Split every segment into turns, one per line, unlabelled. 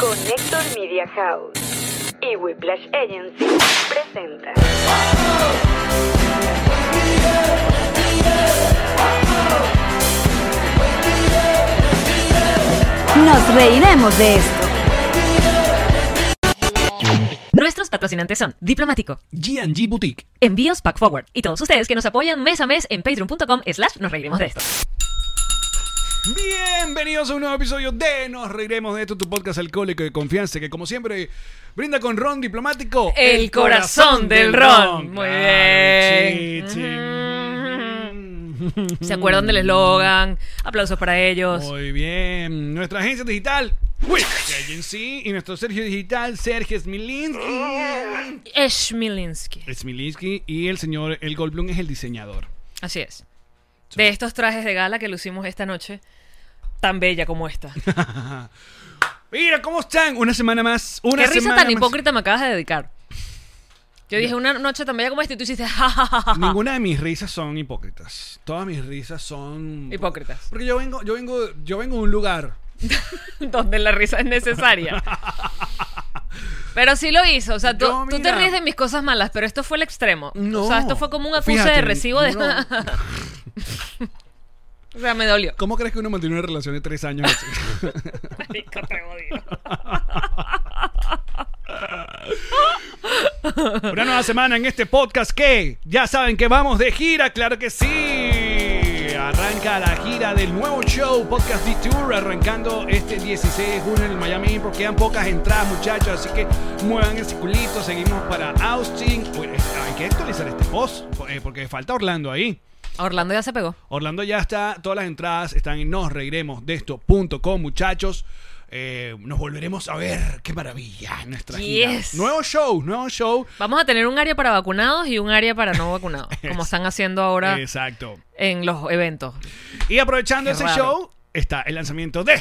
Connector Media House y Whiplash Agency presenta.
Nos reiremos de esto.
Nuestros patrocinantes son Diplomático,
GG Boutique.
Envíos Pack Forward y todos ustedes que nos apoyan mes a mes en patreon.com slash nos reiremos de esto.
Bienvenidos a un nuevo episodio de Nos Reiremos de esto, tu podcast alcohólico de confianza, que como siempre brinda con ron diplomático.
El corazón del ron. Muy
Ay,
bien.
chichi.
¿Se acuerdan del eslogan? Aplausos para ellos.
Muy bien. Nuestra agencia digital, Wick Agency, y nuestro Sergio Digital, Sergio Smilinski.
Eshmilinsky.
Smilinski y el señor El Goldblum es el diseñador.
Así es. De estos trajes de gala que lucimos esta noche, tan bella como esta.
Mira, ¿cómo están? Una semana más. Una
Qué risa
semana
tan
más.
hipócrita me acabas de dedicar. Yo dije una noche tan bella como esta y tú hiciste jajajaja.
Ninguna de mis risas son hipócritas. Todas mis risas son
Hipócritas.
Porque yo vengo, yo vengo, yo vengo de un lugar.
donde la risa es necesaria. Pero sí lo hizo, o sea, tú,
No,
tú te
mira.
ríes de mis cosas malas, pero esto fue el extremo.
No.
O sea, esto fue como un acuse
Fíjate,
de recibo de...
no.
o sea, me dolió.
¿Cómo crees que uno mantiene una relación de tres años así?
Marico, te odio.
Una nueva semana en este podcast que ya saben que vamos de gira, claro que sí. Arranca la gira del nuevo show Podcast D Tour arrancando este 16 de junio en el Miami porque Quedan pocas entradas, muchachos, así que muevan ese culito. Seguimos para Austin. Uy, eh, Hay que actualizar este post eh, porque falta Orlando ahí.
A Orlando ya se pegó.
Orlando ya está, todas las entradas están en nosreiremosdeesto.com, muchachos. Eh, nos volveremos a ver, qué maravilla nuestra gira.
Yes.
Nuevo show, nuevo show.
Vamos a tener un área para vacunados y un área para no vacunados, como están haciendo ahora
Exacto.
en los eventos.
Y aprovechando
Qué
ese
raro.
show, está el lanzamiento de...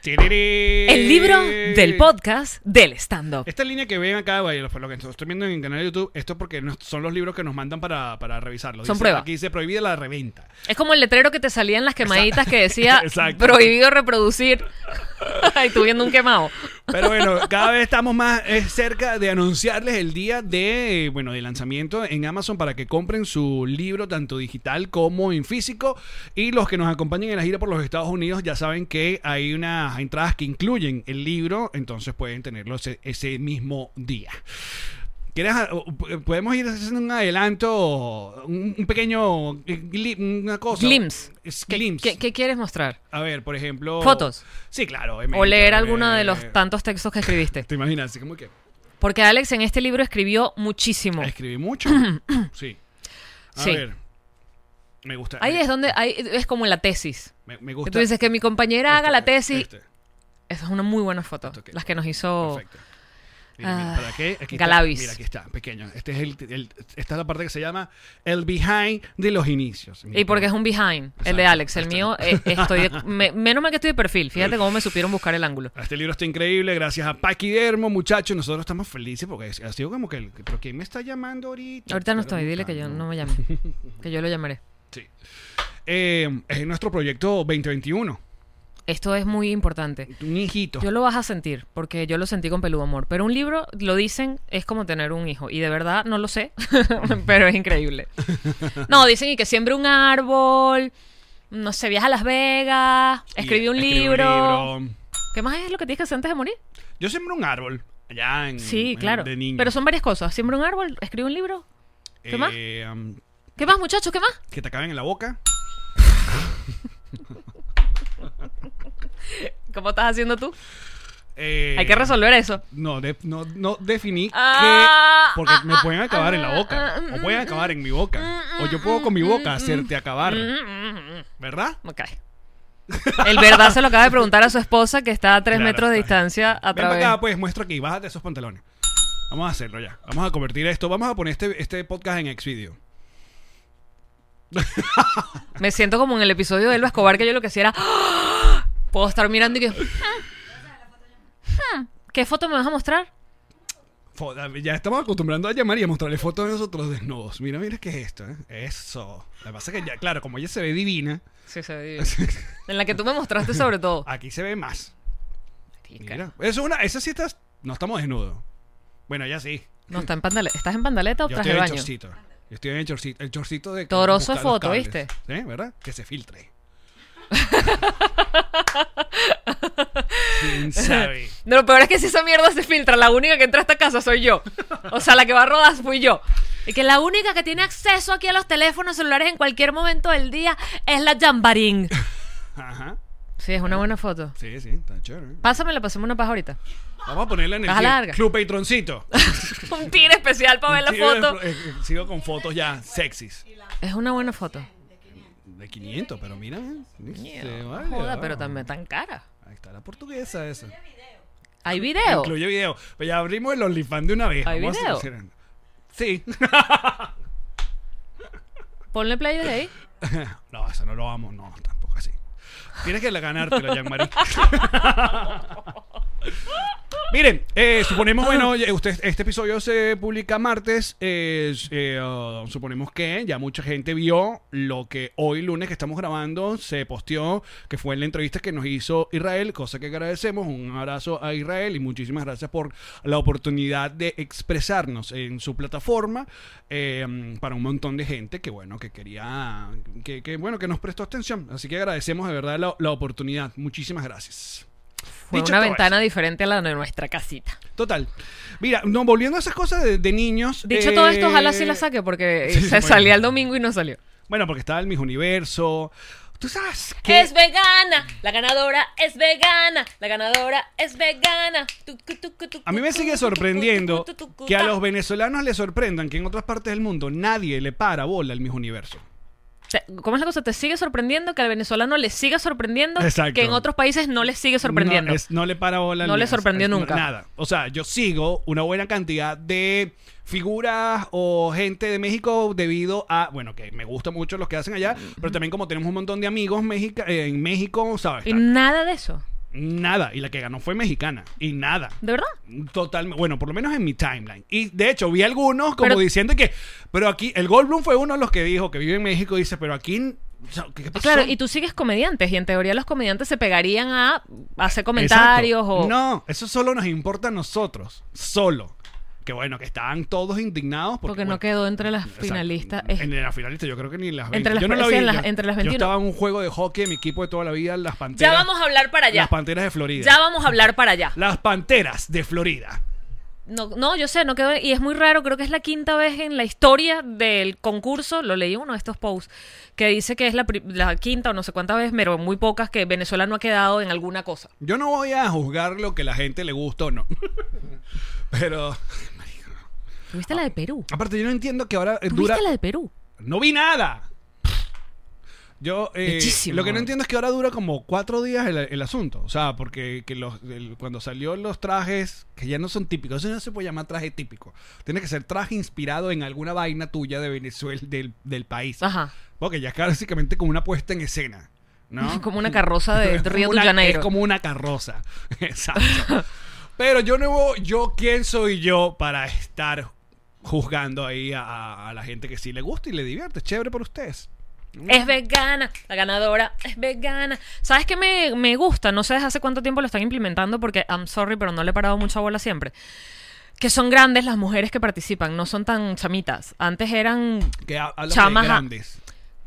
¡Tirirí!
El libro del podcast del stand-up.
Esta línea que ven acá, vaya, lo lo que estoy viendo en el canal de YouTube, esto es porque nos- son los libros que nos mandan para, para revisarlos.
Son
Dice-
prueba.
Aquí dice prohibida la reventa.
Es como el letrero que te salía en las quemaditas que decía
Exacto.
prohibido reproducir. y tú viendo un quemado.
Pero bueno, cada vez estamos más eh, cerca de anunciarles el día de eh, bueno de lanzamiento en Amazon para que compren su libro tanto digital como en físico y los que nos acompañen en la gira por los Estados Unidos ya saben que hay unas entradas que incluyen el libro, entonces pueden tenerlo ese, ese mismo día. ¿Quieres, ah, o- p- podemos ir haciendo un adelanto, un un pequeño eh, gli- una cosa.
Glimpse.
Es
¿Qué-
glimpse.
¿Qué, qué quieres mostrar?
A ver, por ejemplo.
Fotos.
Sí, claro.
O
obviamente,
leer
a
alguno de los
ver.
tantos textos que escribiste.
¿Te imaginas? Así como que
Porque Alex en este libro escribió muchísimo.
escribí mucho. sí. A
Sí.
ver. Me gusta.
Ahí
me,
es donde ahí es como la tesis.
me- me gusta.
Que tú dices que mi compañera haga
este,
la tesis.
este.
Esa es una muy buena foto.
Esto que-
Las que nos hizo.
Perfecto. Mira, mira,
Ah,
¿Para qué? Aquí está.
Galavis.
Mira, aquí está, pequeño. Este es el, el- esta es la parte que se llama el behind de los inicios.
Y porque es un behind, el de
Exacto.
Alex, el mío, eh, estoy de- me- menos mal que estoy de perfil. Fíjate cómo me supieron buscar el ángulo.
Este libro está increíble, gracias a Paquidermo, muchachos. Nosotros estamos felices porque es- ha sido como que. el- ¿Pero quién me está llamando ahorita?
Ahorita no
Espera
estoy,
un
dile que yo
tanto.
no me llame. Que yo lo llamaré.
Sí. Eh, es nuestro proyecto 2021.
Esto es muy importante.
Un hijito.
Yo lo vas a sentir, porque yo lo sentí con peludo amor. Pero un libro, lo dicen, es como tener un hijo. Y de verdad, no lo sé, pero es increíble. No, dicen y que siembre un árbol, no sé, viaja a Las Vegas,
Y
escribe un
escribí
libro.
libro.
¿Qué más es lo que tienes que hacer antes de morir?
Yo siembré un árbol allá en.
Sí,
en-
claro.
Mm, De niño.
Pero son varias cosas. Siembra un árbol, escribe un libro. ¿qué más?
Eh, um,
¿Qué más, muchachos? ¿Qué más?
que te acaben en la boca.
¿Cómo estás haciendo tú?
Eh,
Hay que resolver eso.
No, de- no, no definí
Ah,
que. Porque
ah,
me
ah,
pueden acabar en la
ah, mm,
boca.
ah,
o pueden acabar en mi boca. o yo puedo con mi boca hacerte
mm,
acabar. ¿Verdad?
Me cae. El verdad se lo acaba de preguntar a su esposa que está a tres
Claro,
metros de
está bien.
distancia a
Ven para
través.
acá, pues, muestra aquí. Bájate esos pantalones. Vamos a hacerlo ya. Vamos a convertir esto. Vamos a poner este, este podcast en Xvideo.
Me siento como en el episodio de Elba Escobar que yo lo que hacía era. ¡Ah! Puedo estar mirando y que. Hmm, ¿Qué foto me vas a mostrar?
Foda, Ya estamos acostumbrando a llamar y a mostrarle fotos de nosotros desnudos. Mira, mira qué es esto, ¿eh? Eso. Lo que pasa es que ya, claro, como ella se ve divina,
Sí, se ve divino. En la que tú me mostraste sobre todo.
aquí se ve más.
Marica.
Ah, Mira, eso es una, esa sí estás, no estamos desnudos. Bueno, ya sí.
No, está en pandaleta. ¿Estás en pandaleta o
Yo
traje de
estoy en
baño?
chorcito. Yo estoy en chorcito, el chorcito de
Toroso
buscar los
foto,
cables.
¿viste?
¿Sí? ¿Verdad? Que se filtre. ¿Quién sabe?
No, lo peor es que si esa mierda se filtra, la única que entra a esta casa soy yo. O sea, la que va a rodas fui yo. Y que la única que tiene acceso aquí a los teléfonos celulares en cualquier momento del día es la Jambarín.
Ajá.
Sí, es una buena foto.
Sí, sí, está chévere.
Pásamela, pasemos una paja ahorita.
Vamos a ponerla en el
Caja
club-
larga.
Club Patroncito.
Un tiro especial para ver la
Sí,
foto.
eh, eh, Sigo con fotos ya sexys.
Es una buena foto.
De 500, pero mira. eh, se
No
vale,
Joda, pero
vamos.
también tan cara.
Ahí está la portuguesa esa.
¿Hay video?
Incluye video. Pues ya abrimos el OnlyFans de una vez.
Oh. ¿Hay
Vamos a
video?
hacer- Sí.
Ponle play desde ahí.
no, eso no lo vamos. No, tampoco así. Tienes que la- ganártela, Jean-Marie. Miren, eh, suponemos, bueno, ya- usted, este episodio se publica martes. eh, eh, oh, suponemos que ya mucha gente vio lo que hoy, lunes, que estamos grabando, se posteó, que fue en la entrevista que nos hizo Israel, cosa que agradecemos. Un abrazo a Israel y muchísimas gracias por la oportunidad de expresarnos en su plataforma eh, para un montón de gente que, bueno, que quería, que, que, bueno, que nos prestó atención. Así que agradecemos de verdad la, la oportunidad. Muchísimas gracias.
Fue
Dicho
una
todo
ventana diferente a la de nuestra casita.
Total. Mira, no, volviendo a esas cosas de, de niños.
Dicho
eh,
todo esto, ojalá sí la saque porque
Sí,
se
bueno.
salía el domingo y no salió.
Bueno, porque estaba el Miss Universo. Tú sabes que.
Es vegana, la ganadora es vegana, la ganadora es vegana. Tucu, tucu, tucu,
A mí me sigue
tucu,
sorprendiendo
tucu, tucu, tucu,
que a
ta.
los venezolanos les sorprendan que en otras partes del mundo nadie le para bola al Miss Universo.
Te- ¿Cómo es la cosa? ¿Te sigue sorprendiendo que al venezolano le siga sorprendiendo
Exacto.
que en otros países no le sigue sorprendiendo?
No, es- no le para bola. al
No le
Miss-
sorprendió
es- no,
nunca.
Nada. O sea, yo sigo una buena cantidad de figuras o gente de México debido a, bueno, que me gusta mucho los que hacen allá, pero también como tenemos un montón de amigos mexica- eh, en México, ¿sabes?
Y nada de eso.
Nada. Y la que ganó fue mexicana. Y nada.
¿De verdad?
Total, bueno, por lo menos en mi timeline. Y de hecho, vi algunos como
Pero-
diciendo que. Pero aquí, el Goldblum fue uno de los que dijo que vive en México. Dice, pero aquí. o sea, ¿Qué, qué pasó?
Claro, y tú sigues comediantes y en teoría los comediantes se pegarían a hacer
Exacto.
comentarios o...
No, eso solo nos importa a nosotros. Solo. Que bueno, que estaban todos indignados. Porque,
Porque no
bueno,
quedó entre las
o sea,
finalistas. Eh,
En las finalistas, yo creo que ni las
Entre
20.
las-
yo no la
sí,
vi,
en las-
yo-
entre las
Yo
21.
estaba en un juego de hockey, mi equipo de toda la vida, las
ya
panteras.
vamos a hablar para allá.
Las panteras de Florida.
Ya vamos a hablar para allá.
Las panteras de Florida.
No, no, yo sé, no quedó. Y es muy raro, creo que es la quinta vez en la historia del concurso, lo leí en uno de estos posts, que dice que es la, pri- la quinta o no sé cuántas veces, pero muy pocas que Venezuela no ha quedado en alguna cosa.
Yo no voy a juzgar lo que la gente le gusta o no. Pero.
¿Tuviste la de Perú?
Aparte, yo no entiendo que ahora eh,
¿Tuviste
dura.
la de Perú?
¡No vi nada! Yo, eh,
Bellísimo.
lo que no entiendo es que ahora dura como cuatro días el, el asunto. O sea, porque que los, el- cuando salió los trajes, que ya no son típicos, eso no se puede llamar traje típico. Tiene que ser traje inspirado en alguna vaina tuya de Venezuela, del, del país.
Ajá.
Porque ya es básicamente como una puesta en escena. ¿no?
Como una carroza de
Es como
Río de
una-
Janeiro.
Es como una carroza. Exacto. Pero yo no, yo quién soy yo para estar juzgando ahí a- a, a la gente que sí le gusta y le divierte. Chévere por ustedes.
Es vegana, la ganadora es vegana. ¿Sabes qué me, me gusta? No sé desde hace cuánto tiempo lo están implementando porque I'm sorry, pero no le he parado mucha bola siempre. Que son grandes las mujeres que participan, no son tan chamitas. Antes eran
Que ha- hablan de
Chamas, ah.
grandes.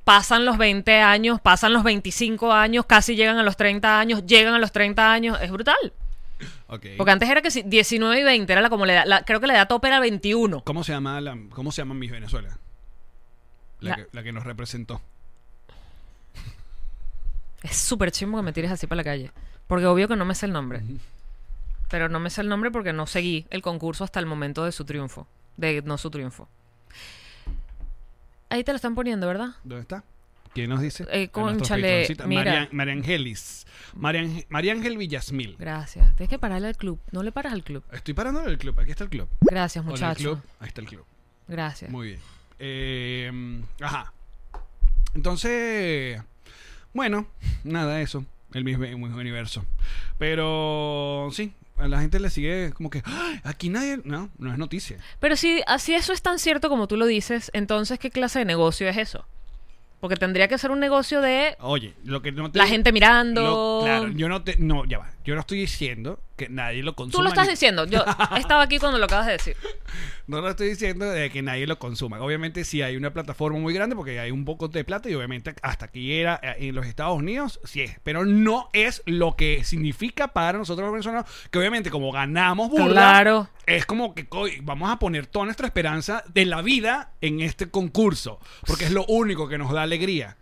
pasan los 20 años, pasan los 25 años, casi llegan a los 30 años, llegan a los 30 años. Es brutal.
Ok.
Porque antes era que si 19 y 20 era la como la edad, la- creo que la edad tope era 21.
¿Cómo se llama la, cómo se llama Miss Venezuela? La,
La-
que, la que nos representó.
Es súper chimbo que me tires así para la calle. Porque obvio que no me sé el nombre. Pero no me sé el nombre porque no seguí el concurso hasta el momento de su triunfo. De no su triunfo. Ahí te lo están poniendo, ¿verdad?
¿Dónde está? ¿Quién nos dice?
Eh,
A nuestros
cónchale,
patroncitos.
mira.
María, María Angelis. María, Ange- María Ángel Villasmil.
Gracias. Tienes que pararle al club. No le paras al club.
Estoy parando el club. Aquí está el club.
Gracias,
Hola, el
muchachos.
club. Ahí está el club.
Gracias.
Muy bien. Eh, ajá. Entonces, bueno, nada, eso. El mismo, el mismo universo. Pero sí, a la gente le sigue como que, "¡Ah! aquí nadie, no, no es noticia.
Pero si así eso es tan cierto como tú lo dices, entonces ¿qué clase de negocio es eso? Porque tendría que ser un negocio de
Oye, lo que no te-
la gente mirando.
lo- claro, yo no te, no, ya va. Yo no estoy diciendo que nadie lo consuma.
Tú lo estás
ni-
diciendo. Yo estaba aquí cuando lo acabas de decir.
No lo estoy diciendo de que nadie lo consuma. Obviamente sí hay una plataforma muy grande porque hay un poco de plata y obviamente hasta aquí era eh, en los Estados Unidos, sí es. Pero no es lo que significa para nosotros los venezolanos, que obviamente como ganamos burla,
Claro.
es como que coi, vamos a poner toda nuestra esperanza de la vida en este concurso, porque es lo único que nos da alegría.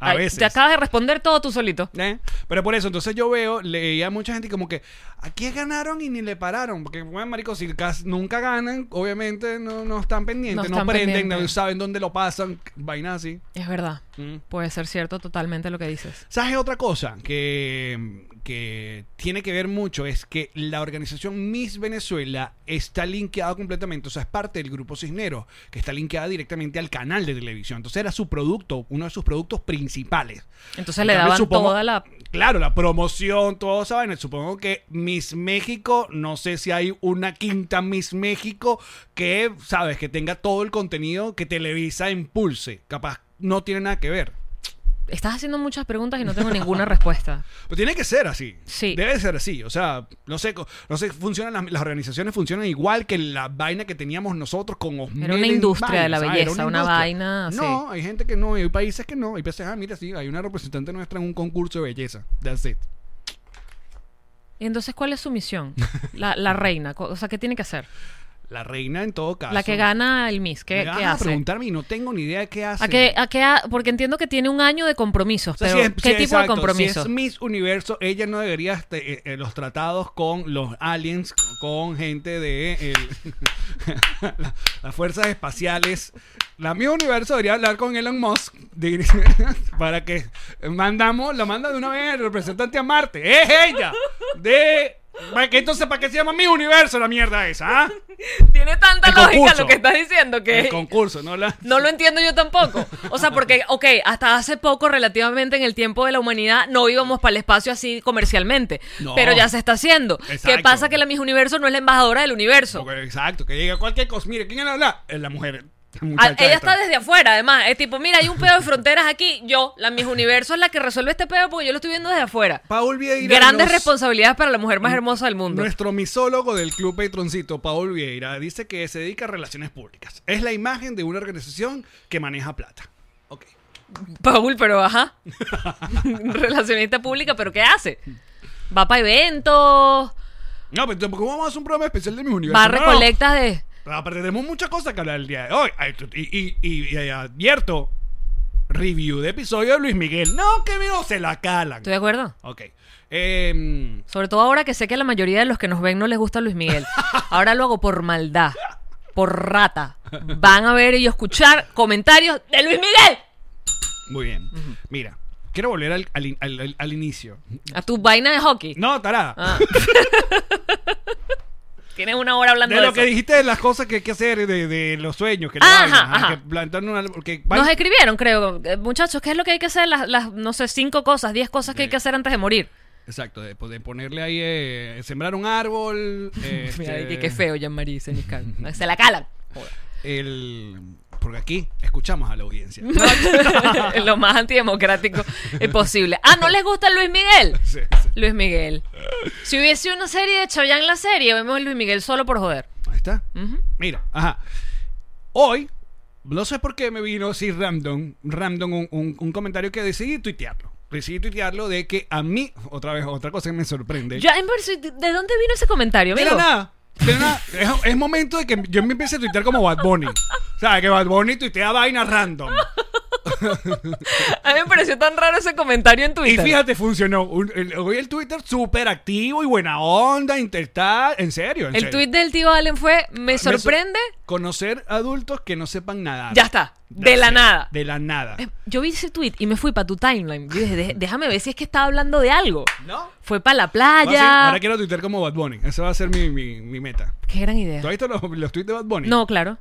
A
Ay,
veces.
Te acabas de responder todo tú solito.
¿Eh? Pero por eso, entonces yo veo, leía a mucha gente como que aquí ganaron y ni le pararon. Porque, bueno, marico, si cas- nunca ganan, obviamente no, no están pendientes,
No
no,
están
prenden, no
pendientes.
saben dónde lo pasan, vainas así.
Es verdad.
Mm.
Puede ser cierto totalmente lo que dices.
¿Sabes otra cosa que, que tiene que ver mucho? Es que la organización Miss Venezuela está linkeada completamente, o sea, es parte del grupo Cisneros, que está linkeada directamente al canal de televisión. Entonces era su producto, uno de sus productos principales.
Entonces le
En cambio,
daban
supongo-
toda la.
Claro, la promoción, todo esa vaina. Supongo que Miss México, no sé si hay una quinta Miss México que, sabes, que tenga todo el contenido que Televisa impulse. Capaz no tiene nada que ver.
Estás haciendo muchas preguntas y no tengo ninguna respuesta.
Pero tiene que ser así.
Sí.
Debe ser así. O sea, no sé, co- no sé, funcionan las, las organizaciones funcionan igual que la vaina que teníamos nosotros con Osmel
Era una
en
industria
vaina,
de la
¿sabes? Era
belleza, una vaina,
No, hay gente que no, y hay países que no. Hay países, ah, mira, sí, hay una representante nuestra en un concurso de belleza. That's it.
¿Y entonces cuál es su misión? La, la reina. co- O sea, ¿qué tiene que hacer?
La reina en todo caso.
La que gana el Miss.
Ah, Me
¿Qué,
vas
qué
a
hace?
preguntarme y no tengo ni idea de qué hace.
¿A qué, a qué ha- porque entiendo que tiene un año de compromisos,
O sea,
pero
si es-
¿qué
si es-
tipo de
exacto,
compromisos?
Si es Miss Universo, ella no debería este, eh, eh, los tratados con los aliens, con gente de el- la- las fuerzas espaciales. La Miss Universo debería hablar con Elon Musk de- para que mandamos, la manda de una vez el representante a Marte. Es ella. De para que entonces para qué se llama Miss Universo la mierda esa, ¿ah?
Tiene tanta
El
lógica
concurso.
lo que estás diciendo que
El concurso, no la
no lo entiendo yo tampoco. O sea, porque, ok, hasta hace poco, relativamente en el tiempo de la humanidad, no íbamos para el espacio así comercialmente.
No.
Pero ya se está haciendo. ¿Qué
Exacto.
pasa que la Miss Universo no es la embajadora del universo?
Porque, exacto, que llega cualquier cosa. Mire, ¿quién habla? Es la mujer. la
Ah,
muchacha
ella
esta.
está desde afuera, además. Es tipo, mira, hay un pedo de fronteras aquí. Yo, la Miss Universo es la que resuelve este pedo porque yo lo estoy viendo desde afuera.
Paul Vieira.
Grandes
nos-
responsabilidades para la mujer más hermosa del mundo.
Nuestro misólogo del Club Patroncito, Paul Vieira, dice que se dedica a relaciones públicas. Es la imagen de una organización que maneja plata. Ok.
Paul, pero ajá. Relacionista pública, pero ¿qué hace? Va para eventos,
No, pero tampoco vamos a hacer un programa especial de mi universo.
va a
No, no.
recolectas de...
Aparte, tenemos muchas cosas que hablar el día de hoy. Ay, tú- Y, y- y- y advierto, review de episodio de Luis Miguel. No, que no se la calan.
¿Estoy de acuerdo?
Ok. Em,
Sobre todo ahora que sé que a la mayoría de los que nos ven no les gusta Luis Miguel. Ahora lo hago por maldad, por rata. Van a ver y escuchar comentarios de Luis Miguel.
muy bien. Mira, quiero volver al- al in- al- al- al inicio.
A tu vaina de hockey.
No, tarada.
Ah. Tienes una hora hablando
De
de,
lo
eso.
que dijiste de las cosas que hay que hacer, de, de los sueños, que, la
Ajá,
vaina, ajá,
ajá.
que plantan una. Porque
Nos escribieron, creo. eh, Muchachos, ¿qué es lo que hay que hacer? Las, las, no sé, cinco cosas, diez cosas que hay que hacer antes de morir.
Exacto, de, pues, de ponerle ahí, eh, sembrar un árbol. este,
Mira, qué, qué feo, Jean-Marie Seniscal. Se la calan.
El, porque aquí escuchamos a la audiencia.
Lo más antidemocrático eh, posible. Ah, ¿no les gusta Luis Miguel?
Sí, sí.
Luis Miguel. Si hubiese una serie de Chayanne la serie, vemos a Luis Miguel solo por joder.
Ahí está.
Ujú.
Mira, ajá. Hoy, no sé por qué me vino así random, random un, un- un comentario que decidí tuitearlo. Decidí tuitearlo de que a mí, otra vez, otra cosa que me sorprende.
Ya, en verdad, ¿de dónde vino ese comentario,
Mira
amigo?
nada. mira nada. Es, es momento de que yo me empiece a tuitear como Bad Bunny. O sea, que Bad Bunny tuitea vainas random.
A mí me pareció tan raro ese comentario en
Y
Twitter.
fíjate, funcionó. Un- el- hoy el Twitter súper activo y buena onda, intentar. En serio, en
El
serio.
tweet del tío Allen fue, me
Ah, Me sor-
sorprende,
Conocer adultos que no sepan nadar.
ya está, de la
Sí,
nada.
De la nada.
Eh, Yo vi ese tweet y me fui para tu timeline. Yo dije, "Dé- déjame ver si es que estaba hablando de algo.
¿No?
Fue para la
Ahora Ah, sí,
playa.
Ahora quiero tuitear como Bad Bunny. Esa va a ser mi, mi- mi meta.
Qué gran idea.
¿Tú has visto los, los tweets de Bad Bunny?
No, claro.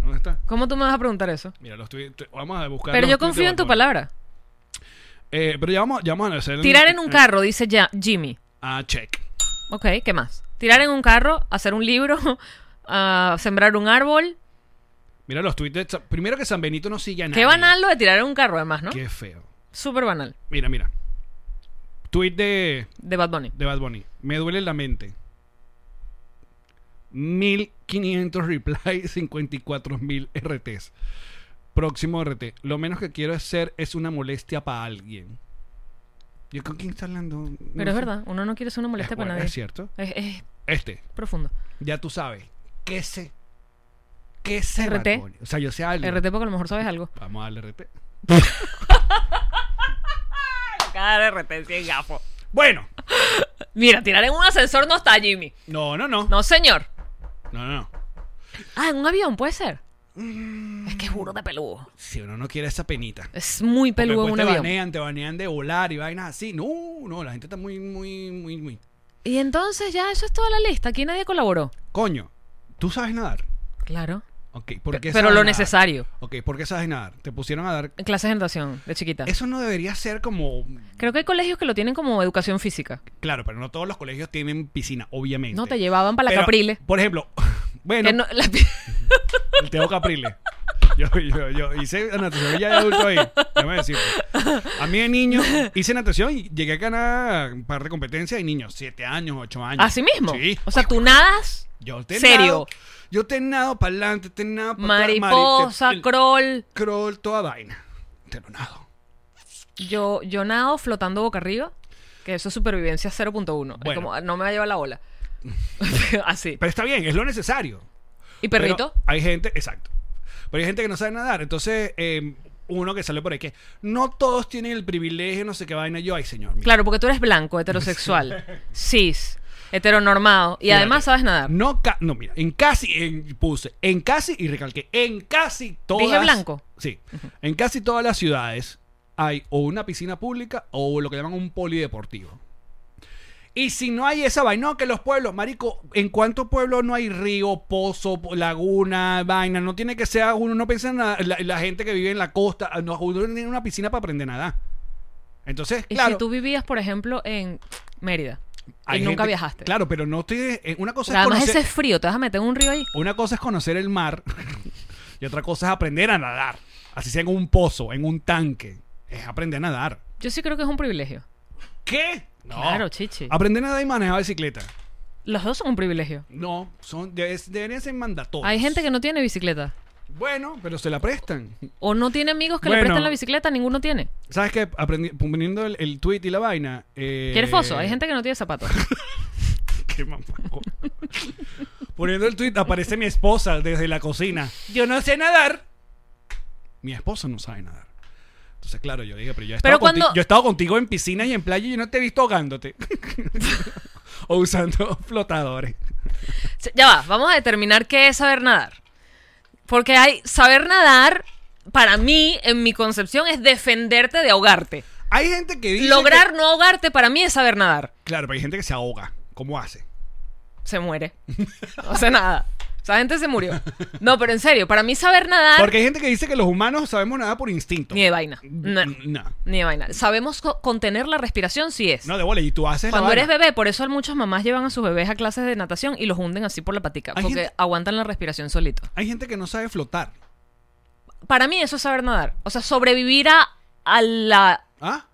¿Dónde está?
¿Cómo tú me vas a preguntar eso?
Mira, los tweets. Vamos a buscar.
Pero
los
yo
tweets de
confío en
Bad
tu
Bunny.
palabra.
Eh, pero ya vamos, ya vamos a hacer.
Tirar en un carro, dice ya Jimmy.
Ah, check.
Ok, ¿qué más? Tirar en un carro, hacer un libro, ah, sembrar un árbol.
Mira los tweets. de Sa- Primero que San Benito no sigue a nadie.
Qué banal lo de tirar en un carro, además, ¿no?
Qué feo.
Súper banal.
Mira, mira. Tweet de,
de Bad Bunny.
de Bad Bunny. Me duele la mente. 1500 replies, 54000 RTs. Próximo RT. Lo menos que quiero hacer es una molestia para alguien. ¿Yo con quién está hablando? No
Pero es
sé.
verdad, uno no quiere ser una molestia
Es
para
bueno,
nadie.
Es cierto.
Es- es
Este,
profundo.
ya tú sabes. ¿Qué sé? ¿Qué sé? Bad
RT.
Bunny? O sea, yo sé algo.
RT porque a lo mejor sabes algo.
Vamos a darle RT.
Cada RT 100 gafo.
Bueno.
Mira, tirar en un ascensor no está Jimmy.
No, no, no. No,
No, señor.
no, no.
Ah, en un avión puede ser.
Mm.
Es que juro de peludo.
Si uno no quiere esa penita.
Es muy
Porque
peludo en
después
un
te
avión.
banean, te banean de volar y vainas así. No, no, la gente está muy, muy, muy, muy.
Y entonces ya eso es toda la lista. Aquí nadie colaboró.
Coño, tú sabes nadar.
Claro.
Ok, ¿por qué
Pe-
sabes
pero lo
nadar?
necesario.
Ok, ¿por qué sabes nadar? Te pusieron a dar.
En clases de natación, de chiquita.
Eso no debería ser como.
Creo que hay colegios que lo tienen como educación física.
Claro, pero no todos los colegios tienen piscina, obviamente.
No, te llevaban para la
Pero,
Capriles.
Por ejemplo, bueno,
Que no- la-
el Teo Capriles. Yo, yo, yo hice natación ya de adulto ahí. Déjame decirte. A mí de niño hice natación y llegué a ganar un par de competencias de niños, siete años, ocho años.
Así mismo.
Sí.
O sea, tú nadas,
Yo te
Serio.
nado- yo te nado para adelante, te nado para
mariposa, crawl.
crawl, toda vaina. Te lo nado.
Yo, yo nado flotando boca arriba, que eso es supervivencia 0.1. Es
Bueno.
como, no me va a llevar la ola. Así.
Pero está bien, es lo necesario.
¿Y perrito?
Pero hay gente, exacto. Pero hay gente que no sabe nadar. Entonces, eh, uno que sale por ahí que no todos tienen el privilegio, no sé qué vaina. Yo, ay, señor. mira.
Claro, porque tú eres blanco, heterosexual, cis, heteronormado y además
Fíjate.
sabes nadar.
No, ca- no, mira, en casi, en- puse, en casi y recalqué, en casi todas.
Dije blanco.
Sí. En casi todas las ciudades hay o una piscina pública o lo que llaman un polideportivo. Y si no hay esa vaina, no, que los pueblos, marico, ¿en cuántos pueblos no hay río, pozo, po- laguna, vaina? No tiene que ser, uno no piensa en la, la- la gente que vive en la costa, ah, no, uno tiene una piscina para aprender a nadar. Entonces,
Y
claro.
si tú vivías, por ejemplo, en Mérida y
hay
nunca
gente-
viajaste.
Claro, pero no estoy, eh, una cosa
Pero además
conocer-
ese es frío, te vas a meter en un río ahí.
Una cosa es conocer el mar y otra cosa es aprender a nadar. Así sea en un pozo, en un tanque. Es aprender a nadar.
Yo sí creo que es un privilegio.
¿Qué? No.
Claro, chichi.
Aprender a nadar y manejar bicicleta.
Los dos son un privilegio.
No, son debe- deberían ser mandatorios.
Hay gente que no tiene bicicleta.
Bueno, pero se la prestan.
O no tiene amigos que le
Bueno.
prestan la bicicleta, ninguno tiene.
¿Sabes qué? Aprendi- poniendo el, el tweet y la vaina. eh,
¿Quieres foso? Hay gente que no tiene zapatos.
Qué mamá. Poniendo el tweet aparece mi esposa desde la cocina. Yo no sé nadar. Mi esposa no sabe nadar. Entonces, claro, yo dije, pero yo he
Pero
estado, conti-
cuando-
yo he estado contigo en piscinas y en playa y yo no te he visto ahogándote. o usando flotadores.
Se- Ya va, vamos a determinar qué es saber nadar. Porque hay saber nadar, para mí, en mi concepción, es defenderte de ahogarte.
Hay gente que dice.
Lograr
que-
no ahogarte, para mí, es saber nadar.
Claro, pero hay gente que se ahoga. ¿Cómo hace?
Se muere. No hace nada. Esa gente se murió. No, pero en serio, para mí saber nadar...
Porque Mm, hay gente que dice que los humanos sabemos nadar por instinto.
Ni de vaina. No,
N- No.
ni de vaina. Sabemos co- contener la respiración, sí es.
No, de bola. Y tú haces. la
Cuando eres
vaina.
bebé, por eso muchas mamás llevan a sus bebés a clases de natación y los hunden así por la patica,
Hay
porque
gente-
aguantan la respiración solito.
Hay gente que no sabe flotar.
Para mí eso es saber nadar. O sea, sobrevivir a, a la...
¿Ah?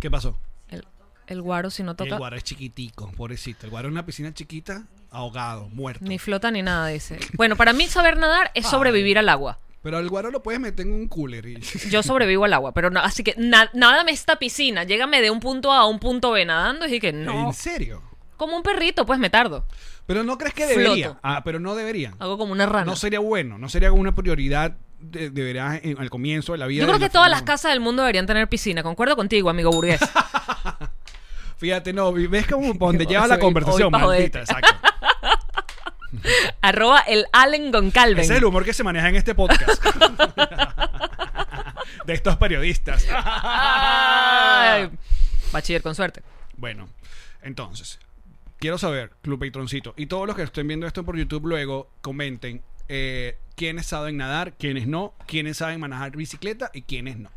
¿Qué pasó?
El, el guaro si no toca...
El guaro es chiquitico, pobrecito. El guaro es una piscina chiquita, ahogado, muerto.
Ni flota ni nada, dice. Bueno, para mí saber nadar es
Ay.
sobrevivir al agua.
Pero el guaro lo puedes meter en un cooler. y-
Yo sobrevivo al agua, pero no, así que na- nádame esta piscina, llégame de un punto A a un punto B nadando y que no.
¿En serio?
Como un perrito, pues me tardo.
Pero no crees que debería.
Floto.
Ah, pero no debería.
Hago como una rana.
No sería bueno, no sería una prioridad de, de veras en- al comienzo de la vida.
Yo creo
de la
que todas las
familia.
casas del mundo deberían tener piscina. Concuerdo contigo, amigo burgués.
Fíjate, no, y ves como por donde
Hoy
lleva la
soy-
conversación,
hoy pa'
maldita, exacto.
Arroba el Allen Goncalven.
Ese es el humor que se maneja en este podcast. de estos periodistas.
Ay. Bachiller con suerte.
Bueno, entonces, quiero saber, Club Patroncito, y todos los que estén viendo esto por YouTube luego, comenten eh, quiénes saben nadar, quiénes no, quiénes saben manejar bicicleta y quiénes no.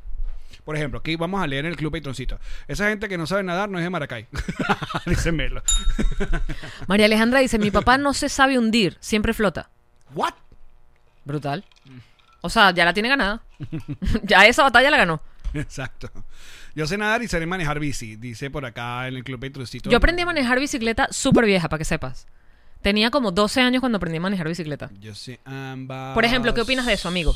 Por ejemplo, aquí vamos a leer en el Club Patroncito. Esa gente que no sabe nadar no es de Maracay. Dice Melo.
María Alejandra dice, mi papá no se sabe hundir, siempre flota.
¿What?
Brutal. O sea, ya la tiene ganada. ya esa batalla la ganó.
Exacto. Yo sé nadar y sé manejar bici, dice por acá en el Club Petrocito.
Yo aprendí a manejar bicicleta súper vieja, para que sepas. Tenía como 12 años cuando aprendí a manejar bicicleta.
Yo sé ambas.
Por ejemplo, ¿qué opinas de eso, amigo?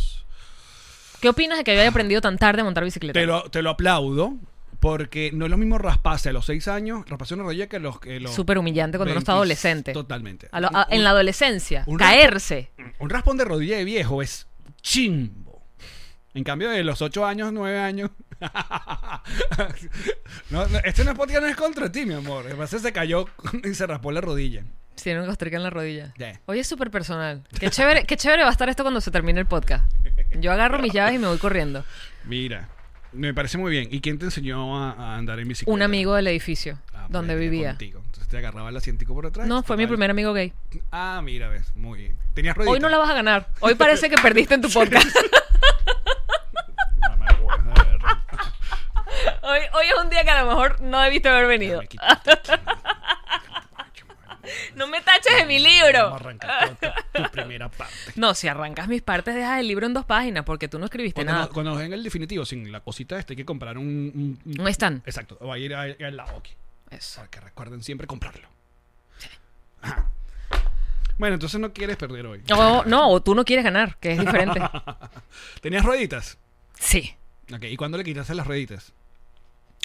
¿Qué opinas de que yo haya aprendido tan tarde a montar bicicleta?
Te lo, te lo aplaudo. Porque no es lo mismo rasparse a los 6 años, rasparse una rodilla que los... que los
Súper humillante cuando uno está
20,
adolescente.
Totalmente.
A lo- a- en la adolescencia.
un-
caerse.
Un raspón de rodilla de viejo es chimbo. En cambio, de los 8 años, 9 años. no, no, este no es podcast, no es contra ti, mi amor. El base se cayó y se raspó la rodilla.
Si no, en la rodilla.
Ya.
Oye, es súper personal. Qué chévere, qué chévere va a estar esto cuando se termine el podcast. Yo agarro mis llaves y me voy corriendo.
Mira, me parece muy bien. ¿Y quién te enseñó a, a andar en bicicleta?
Un amigo del edificio
Ah,
donde
pues,
vivía.
contigo. Entonces te agarraba el asientico por atrás.
No, fue mi
Total.
primer amigo gay.
Ah, mira, ves, muy bien. Tenías rodillas.
Hoy no la vas a ganar. Hoy parece que perdiste en tu podcast.
Mamá, güey, a ver.
Hoy, hoy es un día que a lo mejor no debiste haber venido.
Me quitaste aquí.
No me taches de mi
Vamos a
libro.
arrancar tu, tu primera parte.
No, si arrancas mis partes, dejas el libro en dos páginas porque tú no escribiste
Cuando,
nada.
nos- cuando nos venga el definitivo, sin la cosita esta, hay que comprar un... un- un-
Un stand.
Exacto, va a ir al al lado aquí.
Eso.
Para que recuerden siempre comprarlo. Ajá. Bueno, entonces no quieres perder hoy.
O- no, o tú no quieres ganar, que es diferente.
¿Tenías rueditas?
Sí.
Ok, ¿y cuándo le quitaste las rueditas?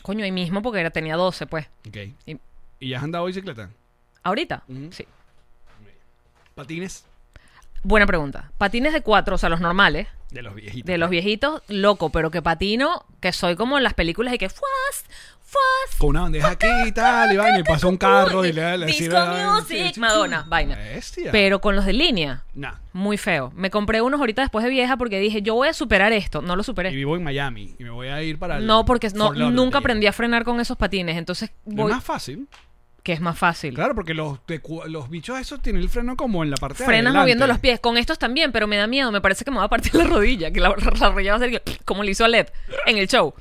Coño, ahí mismo porque era, tenía 12, pues.
Ok.
Y-
¿Y ya has andado bicicleta?
¿Ahorita?
Ujú.
Sí.
Patines.
Buena pregunta. Patines de cuatro, o sea, los normales,
De los viejitos.
de los viejitos, loco, pero que patino, que soy como en las películas y que fuas, fuas.
Con una bandeja aquí y tal, y vaina, y pasa un carro y le, le
Disco
sirve-
music, Madonna, vaina.
Bestia.
Pero con los de línea,
Nah.
muy feo. Me compré unos ahorita después de vieja porque dije, yo voy a superar esto. No lo
Y
superé.
vivo en Miami y me voy a ir para. el-
No, porque no,
Fort Lauderdale.
nunca aprendí a frenar con esos patines. Entonces,
No
voy,
Es más fácil.
que es más fácil.
Claro, porque los, te cu- los bichos esos tienen el freno como en la parte de
Frenas
adelante.
moviendo los pies. Con estos también, pero me da miedo. Me parece que me va a partir la rodilla. Que la, la rodilla va a ser que- como le hizo a Led en el show.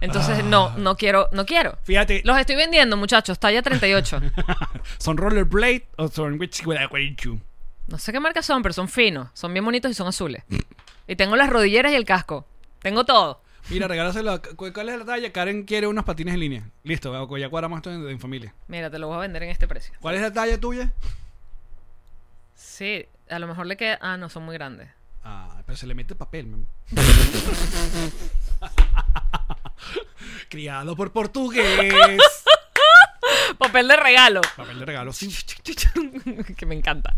Entonces, no, no quiero, no quiero.
Ah. Fíjate,
Los estoy vendiendo, muchachos. Talla 38.
son rollerblade o son wichiwirawichu.
No sé qué marca son, pero son finos. Son bien bonitos y son azules.
Mm.
Y tengo las rodilleras y el casco. Tengo todo.
Mira, regálaselo. a- ¿cu- ¿Cuál es la talla? Karen quiere unos patines en línea. Listo, ok, ya cuadramos esto en, en familia.
Mira, te lo voy a vender en este precio.
¿Cuál es la talla tuya?
Sí, a lo mejor le queda... Ah, no, son muy grandes.
Ah, pero se le mete papel, mi amor. Criado por portugués.
Papel de regalo.
papel de regalo. Sí.
que me encanta.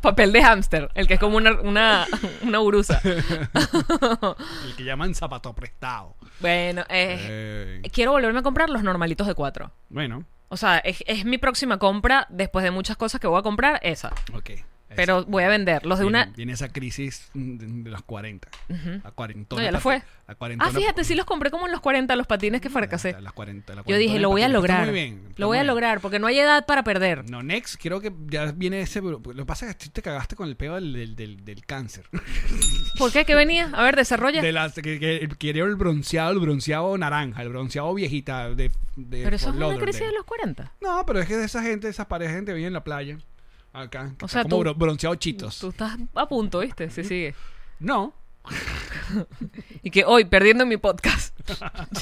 Papel de hámster, el que es como una, una, una urusa.
El que llaman zapato prestado.
Bueno, eh,
Ey.
quiero volverme a comprar los normalitos de cuatro.
Bueno,
O sea, es, es mi próxima compra después de muchas cosas que voy a comprar, esa.
ok.
Pero voy a vender los de
Viene-
una...
Viene esa crisis mm, de, de los 40. A cuarentona.
No, ya la
pati-
fue.
A cuarentona.
Ah, fíjate, sí los compré como en los 40, los patines
Mm,
que fracasé.
A las 40, a las
Yo dije,
40
lo voy a
patines. Está
lograr.
muy bien, está
Lo voy a
muy bien.
lograr, porque no hay edad para perder.
No, next, creo que ya viene ese. Lo que pasa es que tú te cagaste con el peo del, del, del- del cáncer.
¿Por qué? ¿Qué venía? A ver, desarrolla.
De las, que, que quería el bronceado, el bronceado naranja, el bronceado viejita. De, de
Pero eso es
Fort
una
Lauderdale.
crisis de los 40.
No, pero es que de esa gente, esas parejas de gente vive en la playa. Acá. que
O
está
sea,
como
tú-
bro- bronceado chitos.
Tú estás a punto, ¿viste? Sí, sigue.
No.
Y que hoy, perdiendo mi podcast,